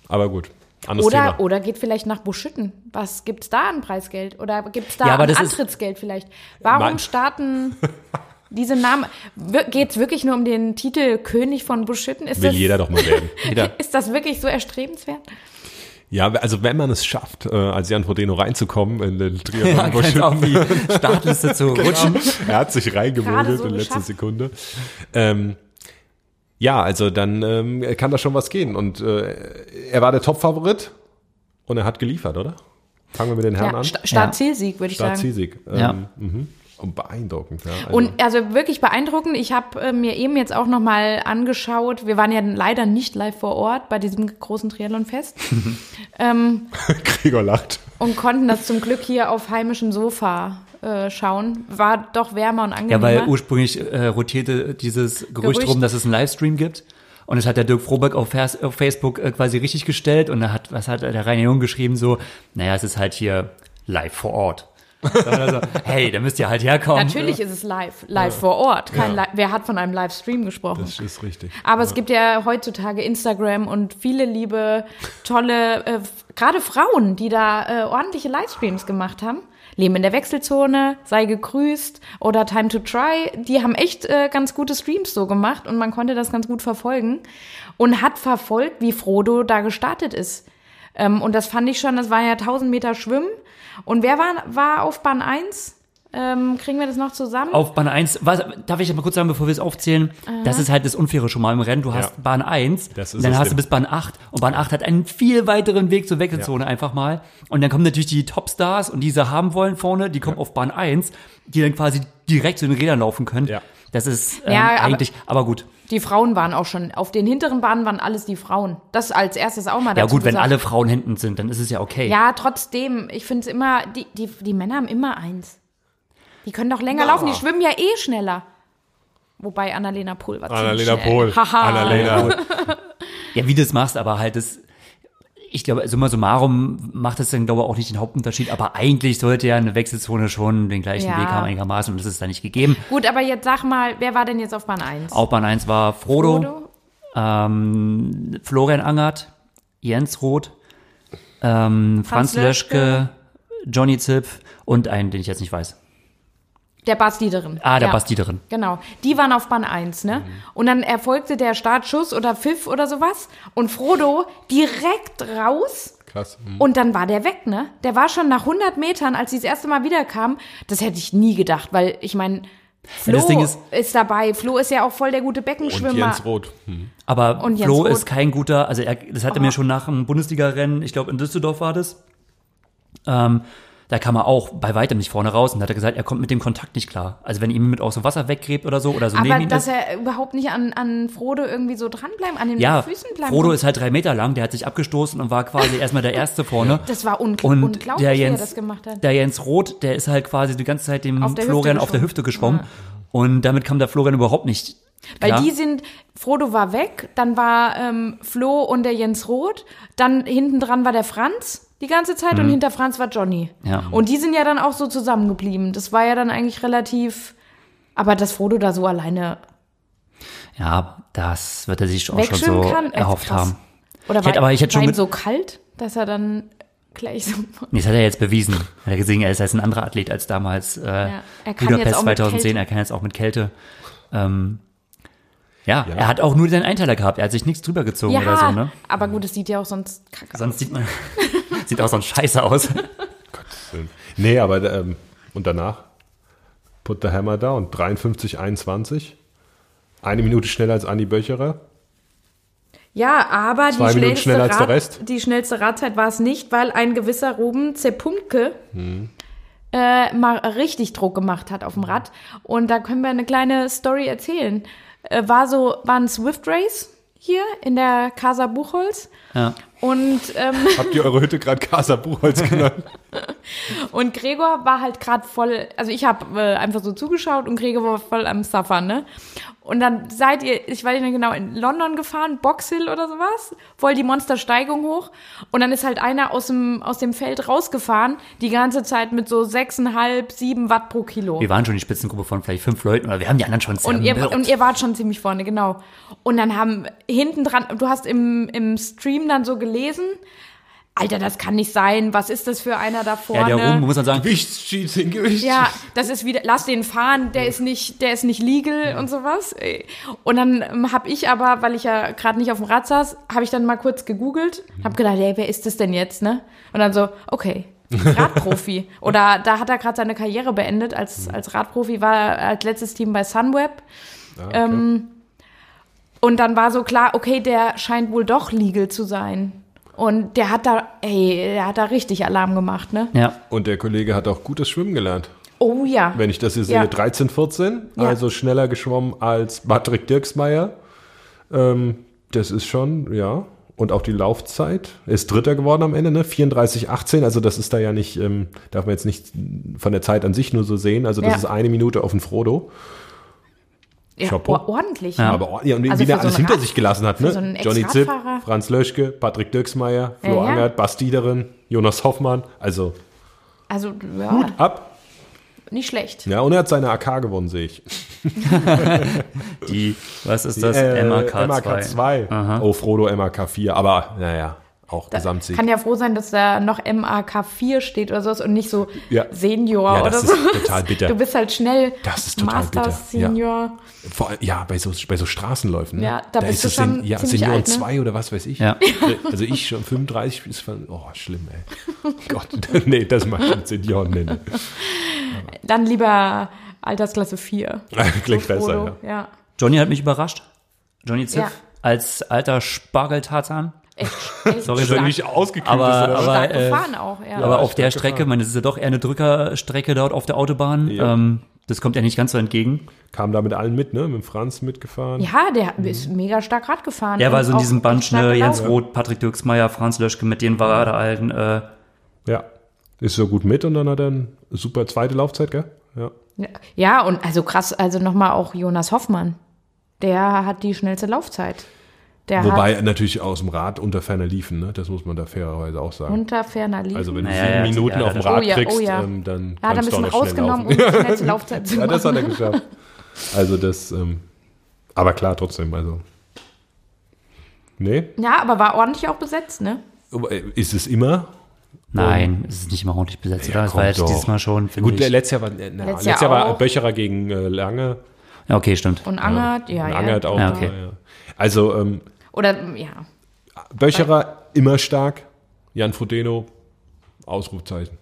Speaker 3: Aber gut, anderes
Speaker 4: Oder,
Speaker 3: Thema.
Speaker 4: oder geht vielleicht nach Buschütten. Was gibt's da an Preisgeld? Oder gibt's da
Speaker 2: Ja, aber
Speaker 4: an
Speaker 2: das ist-
Speaker 4: Antrittsgeld vielleicht? Warum
Speaker 3: Nein.
Speaker 4: starten diese Namen? Wir- Geht's wirklich nur um den Titel König von Buschütten? Ist
Speaker 3: Will
Speaker 4: das,
Speaker 3: jeder doch mal werden.
Speaker 2: Jeder.
Speaker 4: ist das wirklich so erstrebenswert?
Speaker 3: Ja, also wenn man es schafft, äh, als Jan Frodeno reinzukommen in den Triathlon
Speaker 2: Man kann auf die Startliste zu
Speaker 3: Genau.
Speaker 2: rutschen.
Speaker 3: er hat sich
Speaker 4: Gerade
Speaker 3: reingemogelt
Speaker 4: so
Speaker 3: in letzter
Speaker 4: geschafft.
Speaker 3: Sekunde. Ähm, ja, also dann ähm, kann da schon was gehen. Und äh, er war der Top-Favorit und er hat geliefert, oder? Fangen wir mit den Herren
Speaker 4: Ja,
Speaker 3: an.
Speaker 4: Sta- Start-Zielsieg, würde ich
Speaker 3: Start
Speaker 4: sagen.
Speaker 3: Ziesig. Ähm,
Speaker 2: Ja.
Speaker 3: mhm. Und beeindruckend, ja. Also,
Speaker 4: Und also wirklich beeindruckend. Ich habe äh, mir eben jetzt auch nochmal angeschaut. Wir waren ja leider nicht live vor Ort bei diesem großen Triathlon-Fest ähm,
Speaker 3: Gregor lacht.
Speaker 4: und konnten das zum Glück hier auf heimischem Sofa äh, schauen. War doch wärmer und
Speaker 2: Ja,
Speaker 4: angenehmer.
Speaker 2: weil ursprünglich äh, rotierte dieses Gerücht,
Speaker 4: ne? Gerücht.
Speaker 2: rum, dass es einen Livestream gibt. Und das hat der Dirk Froberg auf, Fers- auf Facebook äh, quasi richtig gestellt. Und da hat, was hat der Rainer Jung geschrieben? So, naja, es ist halt hier live vor Ort. also, hey, da müsst ihr halt herkommen.
Speaker 4: Natürlich ist es live, live vor Ort. Kein Li Wer hat von einem Livestream gesprochen?
Speaker 3: Das ist richtig.
Speaker 4: Aber es gibt ja heutzutage Instagram und viele liebe, tolle, äh, f- gerade Frauen, die da äh, ordentliche Livestreams gemacht haben. Leben in der Wechselzone, sei gegrüßt oder Time to Try. Die haben echt äh, ganz gute Streams so gemacht und man konnte das ganz gut verfolgen und hat verfolgt, wie Frodo da gestartet ist. Ähm, und das fand ich schon, das war ja 1000 Meter Schwimmen. Und wer war, war auf Bahn 1? Ähm, kriegen wir das noch zusammen?
Speaker 2: Auf Bahn 1, was, darf ich mal kurz sagen, bevor wir es aufzählen? Das ist halt das Unfaire schon mal im Rennen. Du hast
Speaker 3: Ja.
Speaker 2: Bahn 1,
Speaker 3: Das ist
Speaker 2: und dann
Speaker 3: es
Speaker 2: hast du
Speaker 3: eben.
Speaker 2: bis Bahn 8 und Bahn 8 hat einen viel weiteren Weg zur Wechselzone einfach mal. Und dann kommen natürlich die Topstars und diese haben wollen vorne, die kommen auf Bahn 1, die dann quasi direkt zu den Rädern laufen können.
Speaker 3: Ja.
Speaker 2: Das ist ähm,
Speaker 4: Ja, aber-
Speaker 2: eigentlich, aber, gut.
Speaker 4: Die Frauen waren auch schon, auf den hinteren Bahnen waren alles die Frauen. Das als erstes auch mal
Speaker 2: Ja
Speaker 4: dazu
Speaker 2: gut, wenn
Speaker 4: gesagt.
Speaker 2: alle Frauen hinten sind, dann ist es ja okay.
Speaker 4: Ja, trotzdem, ich finde es immer, die, die, die Männer haben immer eins. Die können doch länger laufen, die schwimmen ja eh schneller. Wobei Annalena Pohl war ziemlich
Speaker 3: Annalena
Speaker 4: schnell.
Speaker 3: Pohl.
Speaker 4: Haha.
Speaker 3: Annalena.
Speaker 2: Ja, wie du es machst, aber halt das. Ich glaube, summa summarum macht das dann, glaube ich, auch nicht den Hauptunterschied, aber eigentlich sollte ja eine Wechselzone schon den gleichen
Speaker 4: Ja.
Speaker 2: Weg haben einigermaßen und das ist da nicht gegeben.
Speaker 4: Gut, aber jetzt sag mal, wer war denn jetzt auf Bahn 1?
Speaker 2: Auf Bahn 1 war Frodo,
Speaker 4: Frodo?
Speaker 2: Ähm, Florian Angert, Jens Roth, ähm, Franz,
Speaker 4: Franz
Speaker 2: Löschke, Johnny Zipf und einen, den ich jetzt nicht weiß.
Speaker 4: Der Bastiderin.
Speaker 2: Ah, der Mhm. Basti drin.
Speaker 4: Genau, die waren auf Bahn 1, ne? Und dann erfolgte der Startschuss oder Pfiff oder sowas und Frodo direkt raus
Speaker 3: Krass.
Speaker 2: Mhm.
Speaker 4: Und dann war der weg, ne? Der war schon nach 100 Metern, als sie das erste Mal wiederkam. Das hätte ich nie gedacht, weil ich meine,
Speaker 2: Ja,
Speaker 4: Flo
Speaker 2: das Ding ist-
Speaker 4: dabei. Flo ist ja auch voll der gute
Speaker 3: Und
Speaker 4: Beckenschwimmer.
Speaker 3: Jens Roth. Hm.
Speaker 2: Aber
Speaker 4: Und Jens
Speaker 2: Flo
Speaker 4: Roth. Oh.
Speaker 2: ist kein guter, also er, das hat er mir schon nach einem Bundesliga-Rennen, ich glaube in Düsseldorf war das, ähm, da kam er auch bei weitem nicht vorne raus und hat er gesagt, er kommt mit dem Kontakt nicht klar. Also wenn ihm mit aus dem Wasser weggräbt oder so oder so
Speaker 4: aber
Speaker 2: neben ihm
Speaker 4: dass
Speaker 2: ist.
Speaker 4: er überhaupt nicht an, an Frodo irgendwie so dranbleiben, an den
Speaker 2: Ja,
Speaker 4: Füßen bleiben.
Speaker 2: Frodo ist halt drei Meter lang, der hat sich abgestoßen und war quasi erstmal der Erste vorne.
Speaker 4: Das war un
Speaker 2: Und
Speaker 4: unglaublich,
Speaker 2: der
Speaker 4: wie
Speaker 2: Jens,
Speaker 4: er das gemacht hat.
Speaker 2: Der Jens Roth, der ist halt quasi die ganze Zeit dem
Speaker 4: Auf der Hüfte
Speaker 2: Florian auf der
Speaker 4: geschwommen.
Speaker 2: Hüfte geschwommen. Und damit kam der Florian überhaupt nicht.
Speaker 4: Weil
Speaker 2: klar.
Speaker 4: die sind, Frodo war weg, dann war ähm, Flo und der Jens Roth, dann hinten dran war der Franz die ganze Zeit und hinter Franz war Johnny.
Speaker 2: Mhm. Ja.
Speaker 4: Und die sind ja dann auch so zusammengeblieben. Das war ja dann eigentlich relativ, aber dass Frodo da so alleine
Speaker 2: ja, das wird er sich auch schon
Speaker 4: wegschwimmen
Speaker 2: so
Speaker 4: kann, echt
Speaker 2: erhofft
Speaker 4: krass.
Speaker 2: haben.
Speaker 4: Oder
Speaker 2: Ich hätte
Speaker 4: war,
Speaker 2: aber- ich hätte schon
Speaker 4: war ihm
Speaker 2: mit-
Speaker 4: so kalt, dass er dann gleich so.
Speaker 2: Nee, Das hat er jetzt bewiesen. Hat er gesehen, er ist jetzt ein anderer Athlet als damals äh,
Speaker 4: er kann jetzt
Speaker 2: Budapest
Speaker 4: auch mit
Speaker 2: 2010.
Speaker 4: Kälte.
Speaker 2: Er kann jetzt auch mit Kälte. Ähm, ja, er hat auch nur seinen Einteiler gehabt. Er hat sich nichts drüber gezogen
Speaker 4: Ja,
Speaker 2: oder so. Ne?
Speaker 4: aber gut, es sieht ja auch sonst kacke aus.
Speaker 2: Sonst sieht man sieht auch so ein Scheiße aus.
Speaker 3: Nee, aber ähm, und danach? Put the hammer down. 53, 21. Eine Minute schneller als Andi Böcherer.
Speaker 4: Ja, aber
Speaker 3: Zwei
Speaker 4: die
Speaker 3: Minuten
Speaker 4: schnellste,
Speaker 3: schneller
Speaker 4: Rad,
Speaker 3: als der Rest.
Speaker 4: die schnellste Radzeit war es nicht, weil ein gewisser Ruben Zepunke äh, mal richtig Druck gemacht hat auf dem Rad. Und da können wir eine kleine Story erzählen. Äh, war so, war ein Swift Race hier in der Casa Buchholz.
Speaker 2: Ja.
Speaker 4: Und ähm,
Speaker 3: Habt ihr eure Hütte gerade Casa Buchholz genannt?
Speaker 4: Und Gregor war halt gerade voll, also ich habe äh, einfach so zugeschaut und Gregor war voll am Suffern, ne? Und dann seid ihr, ich weiß nicht genau, in London gefahren, Box Hill oder sowas, voll die Monstersteigung hoch. Und dann ist halt einer aus dem, aus dem Feld rausgefahren, die ganze Zeit mit so 6,5, 7 Watt pro Kilo.
Speaker 2: Wir waren schon die Spitzengruppe von vielleicht fünf Leuten oder wir haben die anderen schon
Speaker 4: Und ihr,
Speaker 2: zermürbt.
Speaker 4: und ihr wart schon ziemlich vorne, genau. Und dann haben hinten dran, du hast im, im Stream dann so gelesen, Alter, das kann nicht sein, was ist das für einer da
Speaker 2: ja,
Speaker 4: vorne?
Speaker 2: der Ruhm, muss man sagen,
Speaker 3: Gewichtscheating, Gewichtscheating.
Speaker 4: Ja, das ist wieder, lass den fahren, der ist nicht, der ist nicht legal und sowas. Und dann ähm, hab ich aber, weil ich ja gerade nicht auf dem Rad saß, habe ich dann mal kurz gegoogelt,
Speaker 3: Mhm.
Speaker 4: hab gedacht, hey, wer ist das denn jetzt, ne? Und dann so, okay, Radprofi. Oder da hat er gerade seine Karriere beendet
Speaker 3: Mhm.
Speaker 4: als, als Radprofi, war er als letztes Team bei Sunweb. ähm, und dann war so klar, okay, der scheint wohl doch legal zu sein. Und der hat da, ey, der hat da richtig Alarm gemacht, ne?
Speaker 2: ja,
Speaker 3: Und der Kollege hat auch gutes Schwimmen gelernt.
Speaker 4: Oh ja.
Speaker 3: Wenn ich das hier sehe,
Speaker 4: Ja.
Speaker 3: 13, 14,
Speaker 4: Ja.
Speaker 3: also schneller geschwommen als Patrick Dirksmeier. Ähm, das ist schon, ja. Und auch die Laufzeit ist Dritter geworden am Ende, ne? 34, 18. Also das ist da ja nicht, ähm, darf man jetzt nicht von der Zeit an sich nur so sehen. Also das
Speaker 4: Ja.
Speaker 3: ist eine Minute auf den Frodo.
Speaker 4: Ja,
Speaker 3: Chapeau.
Speaker 4: or- ordentlich.
Speaker 2: Ja.
Speaker 4: ne?
Speaker 3: Aber ja, und wie
Speaker 4: Also für
Speaker 3: der
Speaker 4: so
Speaker 3: alles
Speaker 4: einen
Speaker 3: hinter
Speaker 4: Rad-
Speaker 3: sich gelassen hat,
Speaker 4: für
Speaker 3: ne?
Speaker 4: so einen
Speaker 3: Johnny Zipp,
Speaker 4: Ex-Radfahrer.
Speaker 3: Franz Löschke, Patrick Dirksmeier, Flo
Speaker 4: Ja, ja.
Speaker 3: Angert, Bas Diederen, Jonas Hoffmann. Also
Speaker 4: Also, ja,
Speaker 3: ab.
Speaker 4: nicht schlecht.
Speaker 3: Ja, und er hat seine AK gewonnen, sehe ich.
Speaker 2: die, äh, was ist das?
Speaker 3: Äh,
Speaker 2: MAK2.
Speaker 3: MAK 2. Oh, Frodo MAK 4. Aber naja, auch
Speaker 4: Da
Speaker 3: Gesamtsieg.
Speaker 4: Kann ja froh sein, dass da noch MAK4 steht oder sowas und nicht so
Speaker 3: Ja.
Speaker 4: Senior
Speaker 3: Ja,
Speaker 4: oder
Speaker 3: das
Speaker 4: so.
Speaker 3: ist total bitter.
Speaker 4: Du bist halt schnell
Speaker 3: Das ist total
Speaker 4: Master,
Speaker 3: bitter, ja.
Speaker 4: Senior.
Speaker 3: Vor, allem- ja, bei so, bei so Straßenläufen. Ne?
Speaker 4: Ja, da bist du
Speaker 3: es
Speaker 4: schon
Speaker 3: ja,
Speaker 4: ziemlich
Speaker 3: Senioren
Speaker 4: alt, ne?
Speaker 3: 2 oder was weiß ich.
Speaker 2: Ja.
Speaker 3: Also ich schon 35 ist von, oh, schlimm, ey. Gott, nee, das macht man Senioren nennen.
Speaker 4: Dann lieber Altersklasse 4.
Speaker 3: Klingt besser, ja.
Speaker 4: Frodo, ja.
Speaker 2: Johnny hat mich überrascht. Johnny Ziff
Speaker 4: Ja.
Speaker 2: als alter Spargeltarzan.
Speaker 4: Echt
Speaker 2: Sorry,
Speaker 3: Ist er
Speaker 4: stark,
Speaker 3: nicht ausgekühlt
Speaker 2: Aber-
Speaker 3: ist, oder? was?
Speaker 2: aber-
Speaker 4: stark
Speaker 2: äh,
Speaker 4: gefahren auch, ja.
Speaker 2: Aber auf
Speaker 3: stark
Speaker 2: der
Speaker 3: gefahren.
Speaker 2: Strecke, ich meine, das ist ja doch eher eine Drückerstrecke dort auf der Autobahn.
Speaker 3: Ja.
Speaker 2: Ähm, das kommt ja nicht ganz so entgegen.
Speaker 3: Kam da mit allen mit, ne? Mit dem Franz mitgefahren.
Speaker 4: ja, der ist mega stark Rad gefahren.
Speaker 2: Der war
Speaker 4: und
Speaker 2: so in
Speaker 4: Mhm, auch
Speaker 2: diesem Bunch,
Speaker 4: stark
Speaker 2: ne?
Speaker 4: gelaufen.
Speaker 2: Jens Roth, Patrick Dirksmeier, Franz Löschke, mit denen war er da allen. Äh,
Speaker 3: Ja. Ist so gut mit und dann hat er eine super zweite Laufzeit, gell? Ja.
Speaker 4: Ja, Ja, und also krass, also nochmal auch Jonas Hoffmann. Der hat die schnellste Laufzeit. Der
Speaker 3: Wobei
Speaker 4: hat
Speaker 3: er natürlich aus dem Rad unter Ferner liefen, ne? Das muss man da fairerweise auch sagen.
Speaker 4: unter ferner Liefen.
Speaker 3: Also wenn du
Speaker 2: Naja,
Speaker 3: sieben
Speaker 2: ja,
Speaker 3: Minuten
Speaker 2: ja,
Speaker 3: auf dem
Speaker 2: das-
Speaker 3: Rad
Speaker 4: Oh ja,
Speaker 3: kriegst,
Speaker 4: oh ja.
Speaker 3: ähm, dann
Speaker 4: er hat ein
Speaker 3: kannst du auch
Speaker 4: bisschen
Speaker 3: noch schnell laufen.
Speaker 4: rausgenommen, um die schnellste Laufzeit zu
Speaker 3: Ja,
Speaker 4: machen.
Speaker 3: das hat er geschafft. Also das, ähm, aber klar trotzdem, also. Nee,
Speaker 4: ja, aber war ordentlich auch besetzt, ne?
Speaker 3: Aber, äh, ist es immer?
Speaker 2: nein, es ist nicht immer ordentlich besetzt, oder? Das war
Speaker 3: komm
Speaker 2: jetzt
Speaker 3: doch.
Speaker 2: dieses Mal schon. finde
Speaker 3: Gut,
Speaker 2: ich.
Speaker 3: letztes Jahr war, äh, na,
Speaker 4: Letztes
Speaker 3: letztes
Speaker 4: Jahr
Speaker 3: Jahr war
Speaker 4: auch.
Speaker 3: Böcherer gegen äh, Lange.
Speaker 2: Ja, okay, stimmt.
Speaker 4: Und Angert, ja,
Speaker 3: und
Speaker 4: ja.
Speaker 3: Angert auch.
Speaker 2: Ja,
Speaker 3: da,
Speaker 2: okay.
Speaker 3: ja. Also ähm,
Speaker 4: Oder, ja.
Speaker 3: Böcherer immer stark, Jan Frodeno, Ausrufzeichen.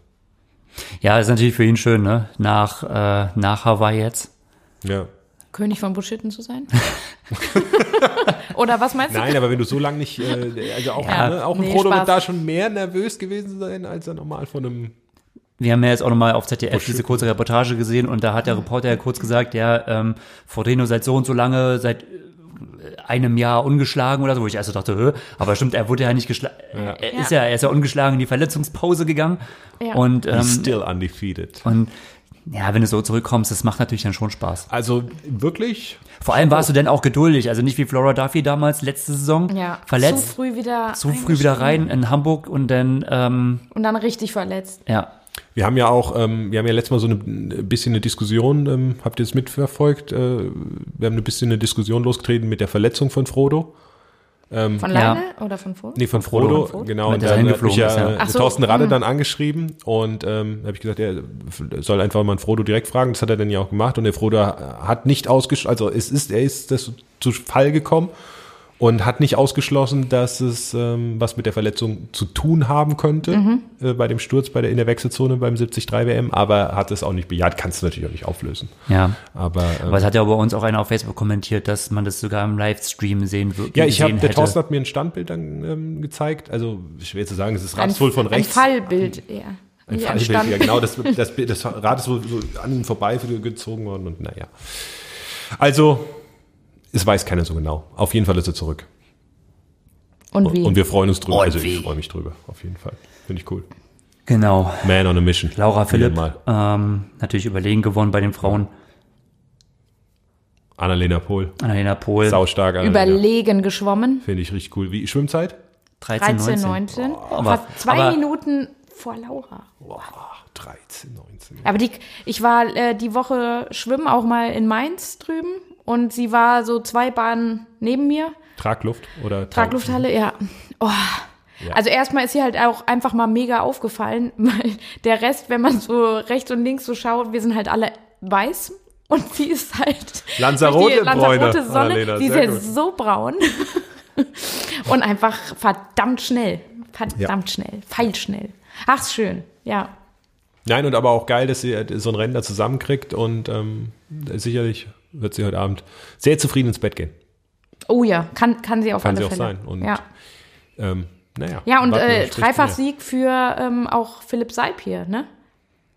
Speaker 2: Ja, ist natürlich für ihn schön, ne? Nach, äh, nach Hawaii jetzt.
Speaker 3: Ja.
Speaker 4: König von Buschitten zu sein? Oder was meinst du?
Speaker 3: Nein, aber wenn du so lange nicht, äh, also auch,
Speaker 4: Ja,
Speaker 3: ne, auch ein
Speaker 4: nee,
Speaker 3: Frodo
Speaker 4: Spaß.
Speaker 3: wird da schon mehr nervös gewesen sein, als er normal von einem
Speaker 2: Wir haben ja jetzt auch nochmal auf ZDF diese kurze Reportage gesehen und da hat der Reporter ja kurz gesagt, ja, ähm, Frodeno seit so und so lange, seit äh, einem Jahr ungeschlagen oder so, wo ich erst so dachte, hö, aber stimmt, er wurde ja nicht geschlagen, er ist ja, er ist ja ungeschlagen in die Verletzungspause gegangen
Speaker 4: Ja.
Speaker 2: und, ähm,
Speaker 3: Still undefeated.
Speaker 2: und ja, wenn du so zurückkommst, das macht natürlich dann schon Spaß.
Speaker 3: Also wirklich,
Speaker 2: Vor allem warst du denn auch geduldig, also nicht wie Flora Duffy damals letzte Saison,
Speaker 4: ja,
Speaker 2: verletzt,
Speaker 4: Zu früh wieder.
Speaker 2: zu früh wieder rein in Hamburg und dann, ähm,
Speaker 4: Und dann richtig verletzt.
Speaker 2: ja,
Speaker 3: wir haben ja auch, ähm, wir haben ja letztes Mal so eine, ein bisschen eine Diskussion, ähm, habt ihr es mitverfolgt? Äh, wir haben ein bisschen eine Diskussion losgetreten mit der Verletzung von Frodo.
Speaker 4: Von
Speaker 2: Ja.
Speaker 4: Leine oder von vor?
Speaker 3: Mhm. Nee, von Frodo,
Speaker 4: Frodo.
Speaker 3: genau.
Speaker 2: Weil
Speaker 3: Und
Speaker 2: der
Speaker 3: dann hat mich
Speaker 2: hingeflogen ist, ja.
Speaker 3: ja, äh,
Speaker 4: Ach so, hm.
Speaker 3: Thorsten Radde dann angeschrieben und ähm, habe ich gesagt, er soll einfach mal einen Frodo direkt fragen. Das hat er dann ja auch gemacht und der Frodo hat nicht ausgeschlossen, also es ist, er ist das zu Fall gekommen und hat nicht ausgeschlossen, dass es ähm, was mit der Verletzung zu tun haben könnte
Speaker 4: Mhm.
Speaker 3: äh, bei dem Sturz bei der, in der Wechselzone beim 73 WM, aber hat es auch nicht bejaht, kannst du natürlich auch nicht auflösen.
Speaker 2: ja.
Speaker 3: Aber, ähm,
Speaker 2: Aber es hat ja bei uns auch einer auf Facebook kommentiert, dass man das sogar im Livestream sehen würde.
Speaker 3: ja, ich habe, der
Speaker 2: hätte.
Speaker 3: Thorsten hat mir ein Standbild dann ähm, gezeigt, also schwer zu sagen, es ist Ratswohl von
Speaker 4: ein
Speaker 3: rechts.
Speaker 4: Fallbild eher.
Speaker 3: Ein
Speaker 4: Wie
Speaker 3: Fallbild,
Speaker 4: entstanden.
Speaker 3: ja genau, das, das, das Rad ist so, so an ihm vorbei gezogen worden und naja. Also, es weiß keiner so genau. Auf jeden Fall ist er zurück.
Speaker 4: Und
Speaker 3: Und,
Speaker 4: wie?
Speaker 3: und wir freuen uns drüber.
Speaker 2: Und
Speaker 3: also ich
Speaker 2: wie?
Speaker 3: freue mich drüber, auf jeden Fall. Finde ich cool.
Speaker 2: Genau.
Speaker 3: Man on a Mission.
Speaker 2: Laura
Speaker 3: Wieder
Speaker 2: Philipp,
Speaker 3: Mal.
Speaker 2: ähm, natürlich überlegen gewonnen bei den Frauen.
Speaker 3: Annalena Pohl.
Speaker 2: Annalena Pohl,
Speaker 3: Saustark Annalena.
Speaker 4: Überlegen geschwommen.
Speaker 3: Finde ich richtig cool. Wie Schwimmzeit?
Speaker 2: 13,
Speaker 4: 13,
Speaker 2: 19.
Speaker 4: 19.
Speaker 2: Oh, aber-
Speaker 4: Fast zwei
Speaker 2: aber-
Speaker 4: Minuten vor Laura.
Speaker 3: Boah, 13, 19.
Speaker 4: Aber die, ich war äh, die Woche schwimmen auch mal in Mainz drüben und sie war so zwei Bahnen neben mir.
Speaker 3: Tragluft oder
Speaker 4: Traglufthalle, ja. Oh.
Speaker 3: Ja.
Speaker 4: Also erstmal ist sie halt auch einfach mal mega aufgefallen, weil der Rest, wenn man so rechts und links so schaut, wir sind halt alle weiß und sie ist halt
Speaker 3: Lanzarote,
Speaker 4: durch die Lanzarote
Speaker 3: Bräune,
Speaker 4: Sonne,
Speaker 3: Annalena,
Speaker 4: sie ist
Speaker 3: sehr
Speaker 4: ja
Speaker 3: gut.
Speaker 4: so braun und einfach verdammt schnell, verdammt schnell, feilschnell. Ach schön, ja.
Speaker 3: Nein, und aber auch geil, dass sie äh, so ein Rennen da zusammenkriegt und ähm, sicherlich wird sie heute Abend sehr zufrieden ins Bett gehen.
Speaker 4: Oh ja, kann kann sie auf
Speaker 3: Kann sie
Speaker 4: alle
Speaker 3: auch
Speaker 4: Fälle.
Speaker 3: sein. Und
Speaker 4: ja.
Speaker 3: Ähm, naja.
Speaker 4: Ja, und
Speaker 3: Wagner
Speaker 4: äh,
Speaker 3: spricht
Speaker 4: dreifach
Speaker 3: mehr.
Speaker 4: Sieg für ähm, auch Philipp Seib hier, ne?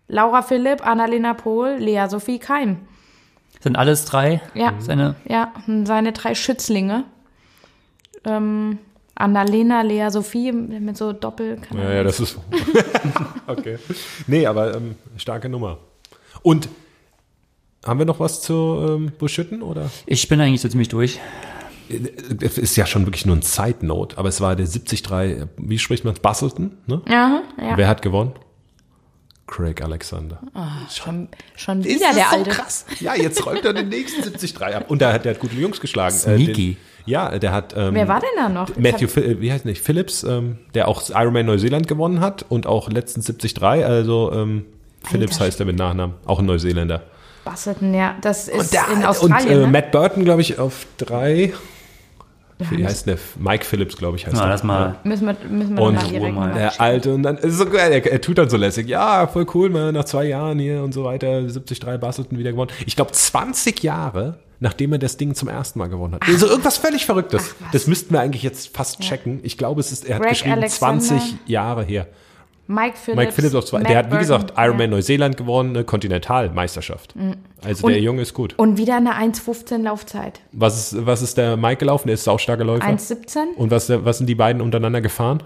Speaker 4: Laura Philipp, Annalena Pohl, Lea Sophie Keim.
Speaker 2: Sind alles drei?
Speaker 4: Ja,
Speaker 3: Mhm.
Speaker 2: Seine,
Speaker 4: ja, und seine drei Schützlinge. Ähm, Annalena, Lea Sophie mit so Doppel.
Speaker 3: Ja, ja, das ist. okay. Nee, aber ähm, starke Nummer. Und haben wir noch was zu ähm, Buschütten? Oder?
Speaker 2: ich bin eigentlich so ziemlich durch.
Speaker 3: Es Äh, ist ja schon wirklich nur ein Side-Note, aber es war der 73, äh, wie spricht man es? Basselton? Ne?
Speaker 4: Aha, ja.
Speaker 3: Wer hat gewonnen? Craig Alexander.
Speaker 4: Schon, schon wieder der alte.
Speaker 3: Ja, jetzt räumt er den nächsten 73 ab. Und der hat, der hat gute Jungs geschlagen.
Speaker 2: Sneaky.
Speaker 3: Äh, den, ja, der hat. Ähm,
Speaker 4: Wer war denn da noch?
Speaker 3: Matthew, Phil- äh, wie heißt nicht, Phillips, ähm, der auch Ironman Neuseeland gewonnen hat und auch letztens 73, also ähm, Phillips heißt er mit Nachnamen, auch ein Neuseeländer.
Speaker 4: Basselton, ja, das ist
Speaker 3: der-
Speaker 4: in Australien.
Speaker 3: und, äh,
Speaker 4: ne?
Speaker 3: Matt Burton, glaube ich, auf drei. Wie heißt der? Mike Phillips, glaube ich, heißt
Speaker 2: Na,
Speaker 3: der.
Speaker 2: lass mal.
Speaker 4: Müssen wir, müssen wir
Speaker 3: Und
Speaker 4: nochmal direkt
Speaker 2: Ruhe mal.
Speaker 4: mal.
Speaker 3: Der alte und dann es ist so geil, er, er tut dann so lässig. Ja, voll cool, man, nach zwei Jahren hier und so weiter, 73 Bastelten wieder gewonnen. Ich glaube 20 Jahre, nachdem er das Ding zum ersten Mal gewonnen hat. Also irgendwas völlig Verrücktes. das müssten wir eigentlich jetzt fast checken. Ich glaube, es ist, er hat
Speaker 4: Greg
Speaker 3: geschrieben,
Speaker 4: Alexander.
Speaker 3: 20 Jahre her.
Speaker 4: Mike Phillips.
Speaker 3: Mike Phillips auf zwei,
Speaker 4: Matt
Speaker 3: der hat wie
Speaker 4: Burton,
Speaker 3: gesagt
Speaker 4: ja. Mm.
Speaker 3: Ironman Neuseeland gewonnen, eine Kontinentalmeisterschaft. Also der Junge ist gut.
Speaker 4: Und wieder eine 1,15 Laufzeit.
Speaker 3: Was ist, was ist der Mike gelaufen? Der ist saustarker Läufer.
Speaker 4: 1,17?
Speaker 3: Und was, was sind die beiden untereinander gefahren?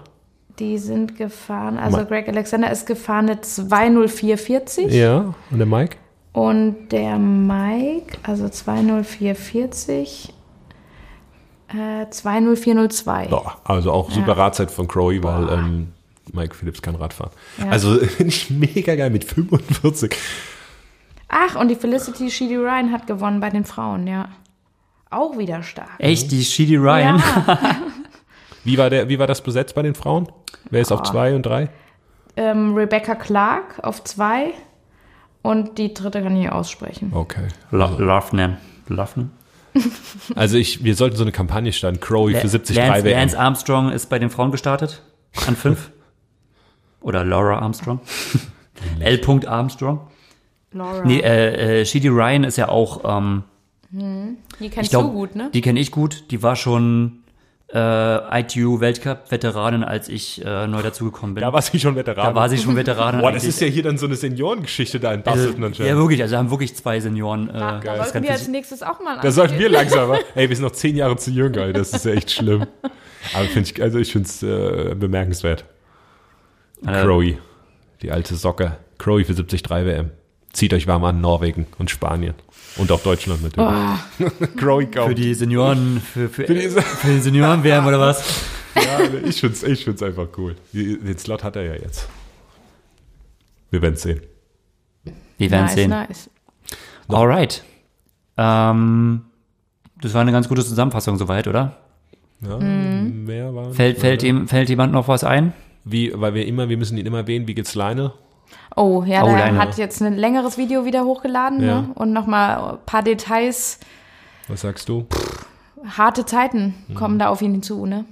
Speaker 4: Die sind gefahren, also Greg Alexander ist gefahren eine 20440
Speaker 3: Ja, und der Mike?
Speaker 4: und der Mike, also 20440, äh, 20402.
Speaker 3: Boah, also auch super Radzeit von Crowy, weil ähm, Mike Phillips kann Rad fahren.
Speaker 4: Ja.
Speaker 3: Also finde ich mega geil mit 45.
Speaker 4: Ach, und die Felicity Sheedy Ryan hat gewonnen bei den Frauen, ja. Auch wieder stark.
Speaker 2: Echt, die Sheedy Ryan.
Speaker 4: Ja,
Speaker 3: Wie war, der, wie war das besetzt bei den Frauen? Wer ist auf zwei und drei?
Speaker 4: ähm, Rebecca Clark auf zwei und die dritte kann ich aussprechen.
Speaker 3: Okay.
Speaker 2: Lo- Lovnen. Lovnen?
Speaker 3: Also ich, wir sollten so eine Kampagne starten. Crowy für 73
Speaker 2: Lance,
Speaker 3: WM.
Speaker 2: Lance Armstrong ist bei den Frauen gestartet. An fünf. Oder Laura Armstrong. L. Armstrong.
Speaker 4: Laura.
Speaker 2: Nee, äh, äh, Shidi Ryan ist ja auch, ähm,
Speaker 4: die kennst
Speaker 2: ich glaube,
Speaker 4: du gut, ne?
Speaker 2: die kenne ich gut. Die war schon äh, ITU-Weltcup-Veteranin, als ich äh, neu dazugekommen bin.
Speaker 3: Da war sie schon Veteran.
Speaker 2: Da war sie schon Veteranin.
Speaker 3: Boah, das
Speaker 2: eigentlich.
Speaker 3: ist ja ne, hier dann so eine Seniorengeschichte da in
Speaker 2: also,
Speaker 3: Basteln
Speaker 2: Ja,
Speaker 3: anscheinend.
Speaker 2: wirklich. Also haben wirklich zwei Senioren. Äh,
Speaker 4: Ah, da
Speaker 2: das
Speaker 4: sollten
Speaker 2: Ganze-
Speaker 4: wir als nächstes auch mal
Speaker 3: Da sollten wir langsamer. Ey, wir sind noch zehn Jahre zu jung, Alter. Das ist ja echt schlimm. Aber find ich, also ich finde es äh, bemerkenswert.
Speaker 2: Äh,
Speaker 3: Crowy, die alte Socke. Crowy für 73 WM. Zieht euch warm an Norwegen und Spanien. Und auch Deutschland natürlich. Crowy
Speaker 2: Oh. für
Speaker 3: kauft.
Speaker 2: die Senioren, für, für,
Speaker 3: die-
Speaker 2: für den Senioren wären oder was?
Speaker 3: Ja, ich finde es ich find's einfach cool. Die- Den Slot hat er ja jetzt. Wir werden sehen.
Speaker 2: Wir werden
Speaker 4: nice,
Speaker 2: sehen.
Speaker 4: nice.
Speaker 2: Alright. Ähm, das war eine ganz gute Zusammenfassung soweit, oder?
Speaker 3: Ja, Mehr war
Speaker 2: Mhm. Fällt, fällt, ihm, fällt jemand noch was ein?
Speaker 3: wie, weil wir immer, wir müssen ihn immer erwähnen, wie geht's Leine?
Speaker 4: Oh, ja,
Speaker 2: Oh,
Speaker 4: der
Speaker 2: deine.
Speaker 4: hat jetzt ein längeres Video wieder hochgeladen
Speaker 3: Ja.
Speaker 4: ne? und nochmal ein paar Details.
Speaker 3: Was sagst du?
Speaker 4: Harte Zeiten kommen da auf ihn hinzu, ne?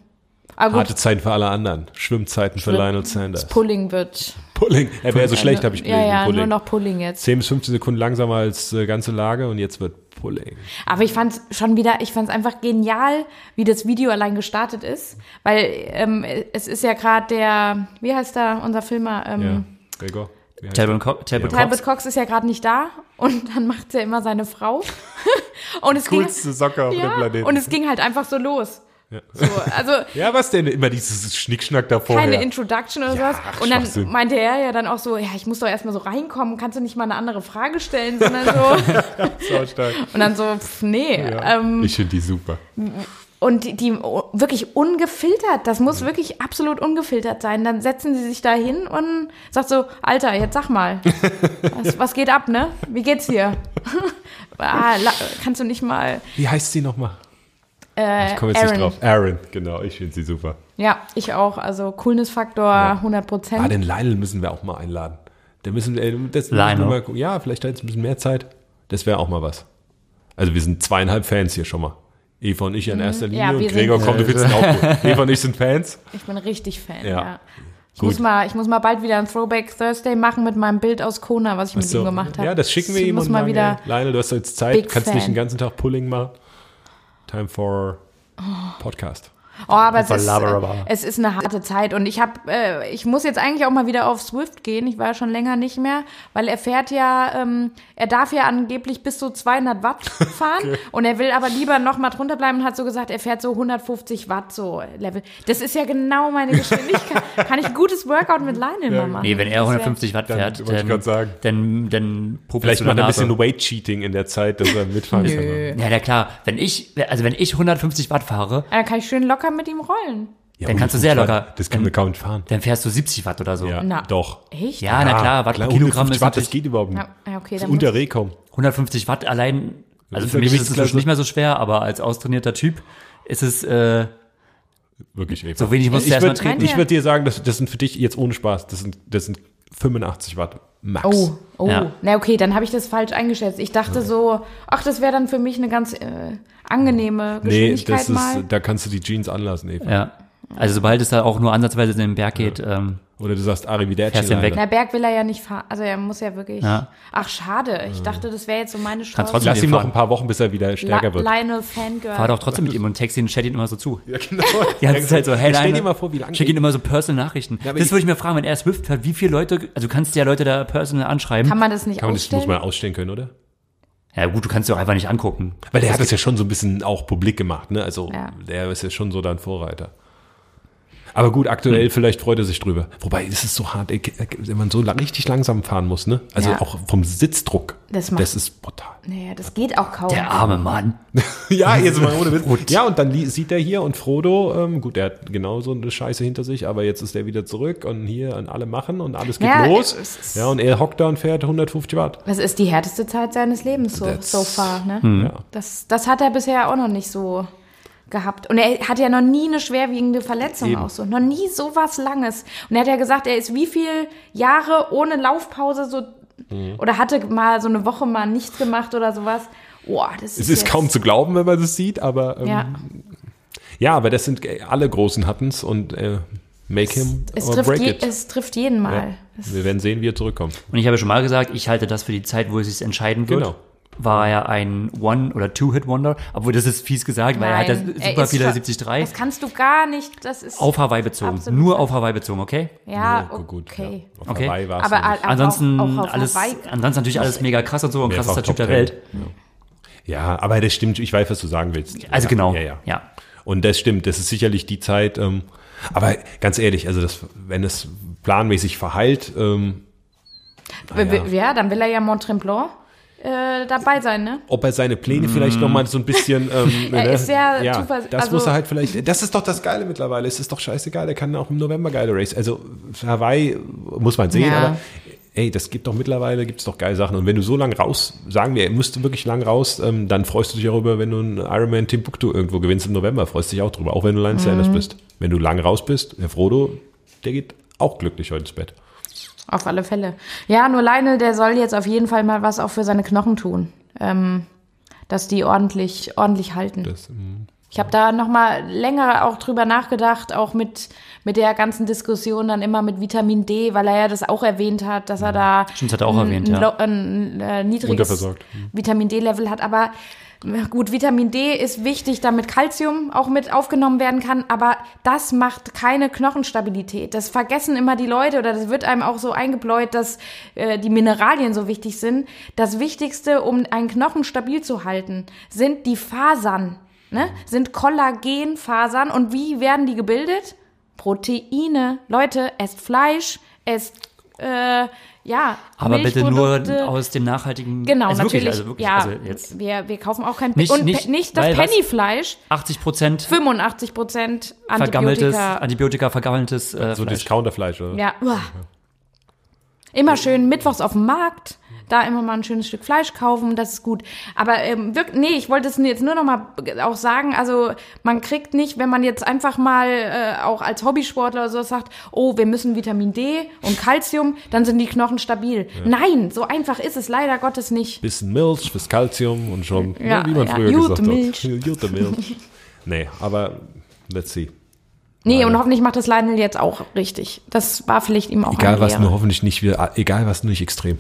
Speaker 4: Aber gut,
Speaker 3: Mhm. Harte Zeiten für alle anderen. Schwimmzeiten für
Speaker 4: Schwimmen.
Speaker 3: Lionel Sanders.
Speaker 4: Pulling wird.
Speaker 3: Pulling. Er wäre so schlecht, habe ich gelesen.
Speaker 4: Ja, ja,
Speaker 3: Pulling.
Speaker 4: nur noch Pulling jetzt.
Speaker 3: 10 bis 15 Sekunden langsamer als äh, ganze Lage und jetzt wird Pulling.
Speaker 4: Aber ich fand schon wieder, ich fand es einfach genial, wie das Video allein gestartet ist, weil ähm, es ist ja gerade der, wie heißt da unser Filmer? Ähm,
Speaker 3: Ja. Gregor? Wie heißt
Speaker 2: Talbot Co- Talbot
Speaker 3: Ja.
Speaker 4: Talbot
Speaker 2: Cox.
Speaker 4: Cox ist ja gerade nicht da und dann macht ja immer seine Frau. und es
Speaker 3: Coolste Socke auf
Speaker 4: ging,
Speaker 3: dem Planeten.
Speaker 4: ja, und es ging halt einfach so los. So, also
Speaker 3: ja, was denn? Immer dieses Schnickschnack davor.
Speaker 4: keine Introduction oder
Speaker 3: Ja,
Speaker 4: sowas.
Speaker 3: ach,
Speaker 4: Und dann
Speaker 3: Schwachsinn.
Speaker 4: meinte er ja dann auch so, ja, ich muss doch erstmal so reinkommen, kannst du nicht mal eine andere Frage stellen, sondern so. und dann so, pff, nee. Ähm,
Speaker 3: ich finde die super.
Speaker 4: Und die, die oh, wirklich ungefiltert, das
Speaker 3: Mhm.
Speaker 4: muss wirklich absolut ungefiltert sein. Dann setzen sie sich da hin und sagt so, Alter, jetzt sag mal, was, was geht ab, ne? Wie geht's hier? ah, la- kannst du nicht mal...
Speaker 3: Wie heißt sie nochmal?
Speaker 4: Äh,
Speaker 3: Ich komme jetzt
Speaker 4: Aaron.
Speaker 3: nicht drauf. Aaron, genau. Ich finde sie super.
Speaker 4: Ja, ich auch. Also Coolness-Faktor 100
Speaker 3: Ah,
Speaker 4: Prozent.
Speaker 3: den Lionel müssen wir auch mal einladen. Da müssen wir, äh, das
Speaker 2: Lionel.
Speaker 3: müssen wir mal gucken. ja, vielleicht hat jetzt ein bisschen mehr Zeit. Das wäre auch mal was. Also wir sind zweieinhalb Fans hier schon mal. Eva und ich in erster Linie
Speaker 4: Mhm. Ja,
Speaker 3: und
Speaker 4: wir
Speaker 3: Gregor,
Speaker 4: sind-
Speaker 3: komm, du findest ihn auch gut. Eva und ich sind Fans.
Speaker 4: Ich bin richtig Fan,
Speaker 3: Ja.
Speaker 4: ja. Ich, muss
Speaker 3: Gut.
Speaker 4: mal, ich muss mal bald wieder ein Throwback Thursday machen mit meinem Bild aus Kona, was ich mit ihm gemacht habe.
Speaker 3: ja, das schicken wir
Speaker 4: Ich
Speaker 3: ihm
Speaker 4: muss
Speaker 3: und äh,
Speaker 4: mal
Speaker 3: sagen,
Speaker 4: wieder...
Speaker 3: ey, Lionel, du hast jetzt Zeit,
Speaker 4: Big
Speaker 3: kannst nicht
Speaker 4: Fan.
Speaker 3: den ganzen Tag Pulling machen. Time for Podcast.
Speaker 4: Oh, aber es ist,
Speaker 2: Laberababa.
Speaker 4: es ist eine harte Zeit und ich habe, äh, ich muss jetzt eigentlich auch mal wieder auf Swift gehen. Ich war ja schon länger nicht mehr, weil er fährt ja, ähm, er darf ja angeblich bis zu 200 Watt fahren und er will aber lieber noch mal drunter bleiben und hat so gesagt, er fährt so 150 Watt so Level. Das ist ja genau meine Geschwindigkeit. Kann ich ein gutes Workout mit Lionel mal machen?
Speaker 2: Nee, wenn er
Speaker 4: Das wär-
Speaker 2: 150 Watt
Speaker 3: Dann
Speaker 2: fährt,
Speaker 3: wollte ich
Speaker 2: dann,
Speaker 3: grad sagen.
Speaker 2: dann, dann probierst
Speaker 3: Vielleicht
Speaker 2: du
Speaker 3: macht er ein
Speaker 2: danach so.
Speaker 3: bisschen Weight-Cheating in der Zeit, dass er mitfahren kann.
Speaker 4: Nö.
Speaker 2: Ja, na klar. Wenn ich, also wenn ich 150 Watt fahre,
Speaker 4: Dann Äh, kann ich schön locker mit ihm rollen.
Speaker 3: Ja,
Speaker 2: Dann kannst du sehr
Speaker 3: 150
Speaker 2: locker.
Speaker 3: Watt, Das können wir kaum fahren.
Speaker 2: dann fährst du 70 Watt oder so.
Speaker 3: Ja,
Speaker 4: Na.
Speaker 3: doch.
Speaker 4: Echt?
Speaker 2: Ja, Ah, na klar, Watt pro Kilogramm
Speaker 3: 150
Speaker 2: ist
Speaker 3: Watt, das
Speaker 2: natürlich
Speaker 3: geht überhaupt nicht.
Speaker 4: Ja, Ah, ja, okay,
Speaker 3: Das ist
Speaker 4: dann
Speaker 3: unter
Speaker 4: muss-
Speaker 3: Rekom.
Speaker 2: 150 Watt allein. Also
Speaker 3: ist
Speaker 2: für
Speaker 3: eine
Speaker 2: mich ist es
Speaker 3: Gewichtsklasse.
Speaker 2: inzwischen nicht mehr so schwer, aber als austrainierter Typ ist es äh,
Speaker 3: Wirklich Eva.
Speaker 2: so wenig musst du
Speaker 3: ich
Speaker 2: erstmal
Speaker 3: würde
Speaker 2: treten.
Speaker 4: Nein, ja.
Speaker 3: würd dir sagen, das, das sind für dich jetzt ohne Spaß, das sind, das sind 85 Watt max.
Speaker 4: Oh, oh.
Speaker 2: Ja.
Speaker 4: Na okay, dann habe ich das falsch eingeschätzt. Ich dachte so, ach, das wäre dann für mich eine ganz äh, angenehme
Speaker 3: nee,
Speaker 4: Geschwindigkeit
Speaker 3: das
Speaker 4: mal.
Speaker 3: ist, da kannst du die Jeans anlassen, Eva.
Speaker 2: Ja. Also sobald es da auch nur ansatzweise in den Berg geht, ähm,
Speaker 3: Oder du sagst Arrivederci.
Speaker 2: Fährst den weg.
Speaker 4: Na, Berg will er ja nicht fahren. Also er muss ja wirklich.
Speaker 2: Ja.
Speaker 4: Ach, schade. Ich dachte, das wäre jetzt so meine Chance.
Speaker 2: trotzdem
Speaker 3: Lass ihm noch
Speaker 2: fahren.
Speaker 3: ein paar Wochen, bis er wieder Äh, stärker wird.
Speaker 4: La- Lionel Fangirl.
Speaker 2: fahr doch trotzdem mit ihm und text ihn, chat ihn immer so zu.
Speaker 3: Ja, genau.
Speaker 2: Die ganze Zeit halt so, hey,
Speaker 3: Stell
Speaker 2: Leine,
Speaker 3: dir mal vor, wie lange.
Speaker 2: Schick ihn immer so Personal-Nachrichten.
Speaker 3: aber
Speaker 2: das
Speaker 3: ich-
Speaker 2: würde ich mir fragen, wenn er Swift hat, wie viele Leute, also du kannst ja Leute da Personal anschreiben.
Speaker 4: Kann man das nicht
Speaker 3: Kann man das
Speaker 4: ausstellen?
Speaker 3: muss man ausstellen können, oder?
Speaker 2: Ja gut, du kannst sie auch einfach nicht angucken.
Speaker 3: Weil der hat das ja schon so ein bisschen auch publik gemacht, ne? Also
Speaker 4: Ja.
Speaker 3: der ist ja schon so dein Vorreiter. Aber gut, aktuell vielleicht freut er sich drüber. Wobei es ist so hart, ey, wenn man so la- richtig langsam fahren muss, ne? Also
Speaker 4: Ja.
Speaker 3: auch vom Sitzdruck.
Speaker 4: Das macht-
Speaker 3: das ist brutal.
Speaker 4: naja, das geht auch kaum.
Speaker 2: Der arme Mann.
Speaker 3: ja, jetzt mal ohne Witz. Ja, und dann li- sieht er hier und Frodo, ähm, gut, der hat genauso eine Scheiße hinter sich, aber jetzt ist er wieder zurück und hier und alle machen und alles geht
Speaker 4: Ja, es
Speaker 3: los.
Speaker 4: ist-
Speaker 3: Ja, und er hockt da und fährt 150 Watt.
Speaker 4: Das ist die härteste Zeit seines Lebens so,
Speaker 3: That's-
Speaker 4: so far. Ne?
Speaker 2: Hm.
Speaker 3: Ja.
Speaker 4: Das, das hat er bisher auch noch nicht so gehabt. Und er hat ja noch nie eine schwerwiegende Verletzung
Speaker 3: Eben.
Speaker 4: auch so. Noch nie so was Langes. Und er hat ja gesagt, er ist wie viel Jahre ohne Laufpause so
Speaker 3: Mhm.
Speaker 4: oder hatte mal so eine Woche mal nichts gemacht oder sowas. Boah, das
Speaker 3: Es ist
Speaker 4: jetzt-
Speaker 3: kaum zu glauben, wenn man das sieht, aber ähm,
Speaker 4: Ja,
Speaker 3: Ja, aber das sind äh, alle Großen hatten es und äh, Make him
Speaker 4: Es
Speaker 3: or
Speaker 4: trifft,
Speaker 3: break
Speaker 4: je,
Speaker 3: it.
Speaker 4: es trifft jeden Mal.
Speaker 3: ja. Wir werden sehen, wie er zurückkommt.
Speaker 2: Und ich habe schon mal gesagt, ich halte das für die Zeit, wo es sich entscheiden wird.
Speaker 3: Genau.
Speaker 2: War er ein One- oder Two-Hit-Wonder? Obwohl, das ist fies gesagt, weil er hat das
Speaker 4: Nein, er
Speaker 2: super
Speaker 4: ist
Speaker 2: viele
Speaker 4: ver-
Speaker 2: 73.
Speaker 4: Das kannst du gar nicht. Das ist
Speaker 2: Auf Hawaii bezogen.
Speaker 4: Absolut.
Speaker 2: Nur auf Hawaii bezogen, okay?
Speaker 4: ja
Speaker 3: Oh,
Speaker 4: okay.
Speaker 3: Ja. Auf
Speaker 2: Okay.
Speaker 3: Hawaii war es
Speaker 4: Aber
Speaker 3: noch
Speaker 4: al-
Speaker 3: nicht.
Speaker 4: auch
Speaker 2: Ansonsten
Speaker 4: auf, auch auf
Speaker 2: alles,
Speaker 4: Hawaii.
Speaker 2: ansonsten natürlich alles mega krass und so und
Speaker 3: Mehrfach
Speaker 2: krassester Typ der
Speaker 3: Top
Speaker 2: Welt.
Speaker 3: Ten. Ja, aber das stimmt. Ich weiß, was du sagen willst.
Speaker 2: Also
Speaker 3: ja,
Speaker 2: genau.
Speaker 3: Ja, ja.
Speaker 2: ja.
Speaker 3: Und das stimmt, das ist sicherlich die Zeit, ähm, aber ganz ehrlich, also das, wenn es planmäßig verheilt, ähm,
Speaker 4: W-
Speaker 3: ja.
Speaker 4: w- Ja, dann will er ja Mont Tremblant äh, dabei sein, ne?
Speaker 3: ob er seine Pläne vielleicht noch mal so ein bisschen, ähm,
Speaker 4: Mm. Er
Speaker 3: ne?
Speaker 4: ist sehr
Speaker 3: ja,
Speaker 4: zuver-
Speaker 3: das
Speaker 4: also-
Speaker 3: muss er halt vielleicht, das ist doch das Geile mittlerweile, es ist doch scheißegal, er kann auch im November geile Race, also Hawaii muss man sehen,
Speaker 4: Ja.
Speaker 3: aber ey, das gibt doch mittlerweile, gibt's doch geile Sachen und wenn du so lang raus, sagen wir, er musste wirklich lang raus, ähm, dann freust du dich auch über, wenn du einen Ironman Timbuktu irgendwo gewinnst im November, freust dich auch drüber, auch wenn du
Speaker 4: Mhm.
Speaker 3: Lance Sanders bist. Wenn du lang raus bist, Herr Frodo, der geht auch glücklich heute ins Bett.
Speaker 4: Auf alle Fälle. Ja, nur Lionel, der soll jetzt auf jeden Fall mal was auch für seine Knochen tun. Ähm, dass die ordentlich, ordentlich halten.
Speaker 3: Das, mm.
Speaker 4: Ich habe da nochmal länger auch drüber nachgedacht, auch mit, mit der ganzen Diskussion dann immer mit Vitamin D, weil er ja das auch erwähnt hat, dass er da
Speaker 2: Stimmt, hat er auch erwähnt,
Speaker 4: ein,
Speaker 2: ja.
Speaker 4: lo- ein, äh, niedriges
Speaker 3: Unterversorgt.
Speaker 4: Vitamin D-Level hat. Aber na gut, Vitamin D ist wichtig, damit Kalzium auch mit aufgenommen werden kann, aber das macht keine Knochenstabilität. Das vergessen immer die Leute oder das wird einem auch so eingebläut, dass äh, die Mineralien so wichtig sind. Das Wichtigste, um einen Knochen stabil zu halten, sind die Fasern. Ne? Sind Kollagenfasern und wie werden die gebildet? Proteine. Leute, esst Fleisch, esst äh, ja.
Speaker 2: Aber bitte nur
Speaker 4: Milchprodukte.
Speaker 2: aus dem nachhaltigen.
Speaker 4: Genau,
Speaker 2: also
Speaker 4: natürlich.
Speaker 2: Wirklich, also wirklich,
Speaker 4: ja,
Speaker 2: also jetzt
Speaker 4: wir, wir kaufen auch kein
Speaker 2: Nicht-
Speaker 4: und
Speaker 2: nicht-
Speaker 4: pe- nicht das
Speaker 2: weil was?
Speaker 4: Pennyfleisch.
Speaker 2: 80 Prozent
Speaker 4: 85 Prozent
Speaker 2: vergammeltes,
Speaker 4: Antibiotika.
Speaker 2: Antibiotika vergammeltes äh,
Speaker 3: so
Speaker 2: Fleisch.
Speaker 3: Discounterfleisch, oder?
Speaker 4: Ja. Uah. Immer schön mittwochs auf dem Markt, da immer mal ein schönes Stück Fleisch kaufen, das ist gut. Aber ähm, wirklich, nee, ich wollte es jetzt nur noch mal auch sagen, also man kriegt nicht, wenn man jetzt einfach mal äh, auch als Hobbysportler oder so sagt, oh, wir müssen Vitamin D und Calcium, dann sind die Knochen stabil. Nein, so einfach ist es leider Gottes nicht.
Speaker 3: bisschen Milch fürs Kalzium und schon,
Speaker 4: Ja,
Speaker 3: ne, wie man
Speaker 4: ja,
Speaker 3: früher
Speaker 4: gute
Speaker 3: gesagt
Speaker 4: Milch.
Speaker 3: hat. Gute Milch. nee, aber let's see.
Speaker 4: Nee, und
Speaker 3: Leider.
Speaker 4: hoffentlich macht das Lionel jetzt auch richtig. Das war vielleicht ihm auch
Speaker 3: Egal
Speaker 4: eine
Speaker 3: was,
Speaker 4: Lehre.
Speaker 3: nur hoffentlich nicht wieder, egal was, nur nicht extrem.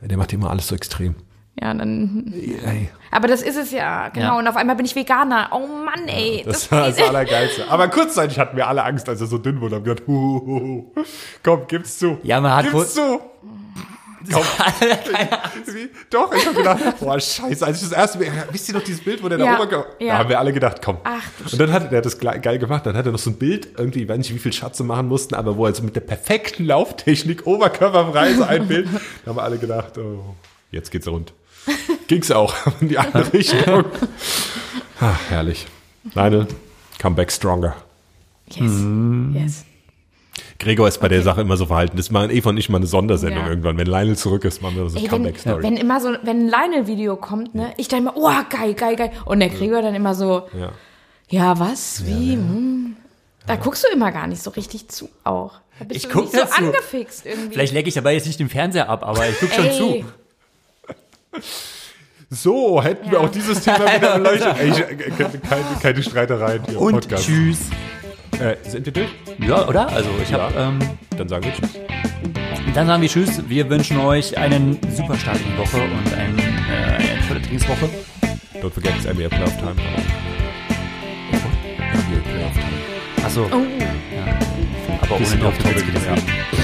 Speaker 3: Der macht immer alles so extrem.
Speaker 4: Ja, dann.
Speaker 3: Ey,
Speaker 4: Aber das ist es ja, genau.
Speaker 2: Ja.
Speaker 4: Und auf einmal bin ich Veganer. Oh Mann, ey.
Speaker 3: das war das Allergeilste. Aber kurzzeitig hatten wir alle Angst, als er so dünn wurde. Haben gedacht, huhuhu. komm, gib's zu.
Speaker 2: Ja, man hat wohl-
Speaker 3: Gib's zu. Komm. Wie? Doch, ich hab gedacht, boah, scheiße, als ich das erste Mal, wisst ihr noch dieses Bild, wo der
Speaker 4: Ja,
Speaker 3: da oben kam?
Speaker 4: ja.
Speaker 3: Da haben wir alle gedacht, komm.
Speaker 4: Ach, du
Speaker 3: und dann hat er das gle- geil gemacht, dann hat er noch so ein Bild, irgendwie, ich weiß nicht, wie viel Schatze machen mussten, aber wo er so mit der perfekten Lauftechnik oberkörperfrei so ein Bild, da haben wir alle gedacht, oh, jetzt geht's rund. Ging's auch in die andere Richtung. Ach, herrlich. Nein, ne? come back stronger.
Speaker 4: yes. yes.
Speaker 3: Gregor ist bei der Sache immer so verhalten. Das machen Eva und ich mal eine Sondersendung
Speaker 4: Ja.
Speaker 3: irgendwann. Wenn Lionel zurück ist, machen wir so eine
Speaker 4: Ey, wenn,
Speaker 3: Comeback-Story.
Speaker 4: wenn immer so, wenn ein Lionel-Video kommt, ne, ich dann immer, oh, geil, geil, geil. Und der Gregor dann immer so,
Speaker 3: Ja.
Speaker 4: ja, was, wie, Hm. Da guckst du immer gar nicht so richtig zu auch. Da bist
Speaker 2: Ich
Speaker 4: du
Speaker 2: guck
Speaker 4: nicht so
Speaker 2: dazu.
Speaker 4: angefixt irgendwie.
Speaker 2: Vielleicht lecke ich dabei jetzt nicht den Fernseher ab, aber ich gucke schon
Speaker 4: ey,
Speaker 2: zu.
Speaker 3: So, hätten wir auch dieses Thema wieder beleuchtet. Ey, ich, äh, keine, keine- keine Streitereien hier im
Speaker 2: Und
Speaker 3: Podcast.
Speaker 2: tschüss.
Speaker 3: Äh, sind wir durch?
Speaker 2: Ja, oder? Also ich habe.
Speaker 3: Ja.
Speaker 2: Ähm,
Speaker 3: Dann sagen wir Tschüss.
Speaker 2: Dann sagen wir Tschüss. Wir wünschen euch einen super Start in die Woche und ein, äh, eine tolle Trainingswoche.
Speaker 3: Don't forget, it's NBA Playoff Time. NBA Playoff Time.
Speaker 2: Achso,
Speaker 4: oh,
Speaker 2: aber ohne
Speaker 3: Bisschen
Speaker 2: Dorf
Speaker 3: off-topic, ja.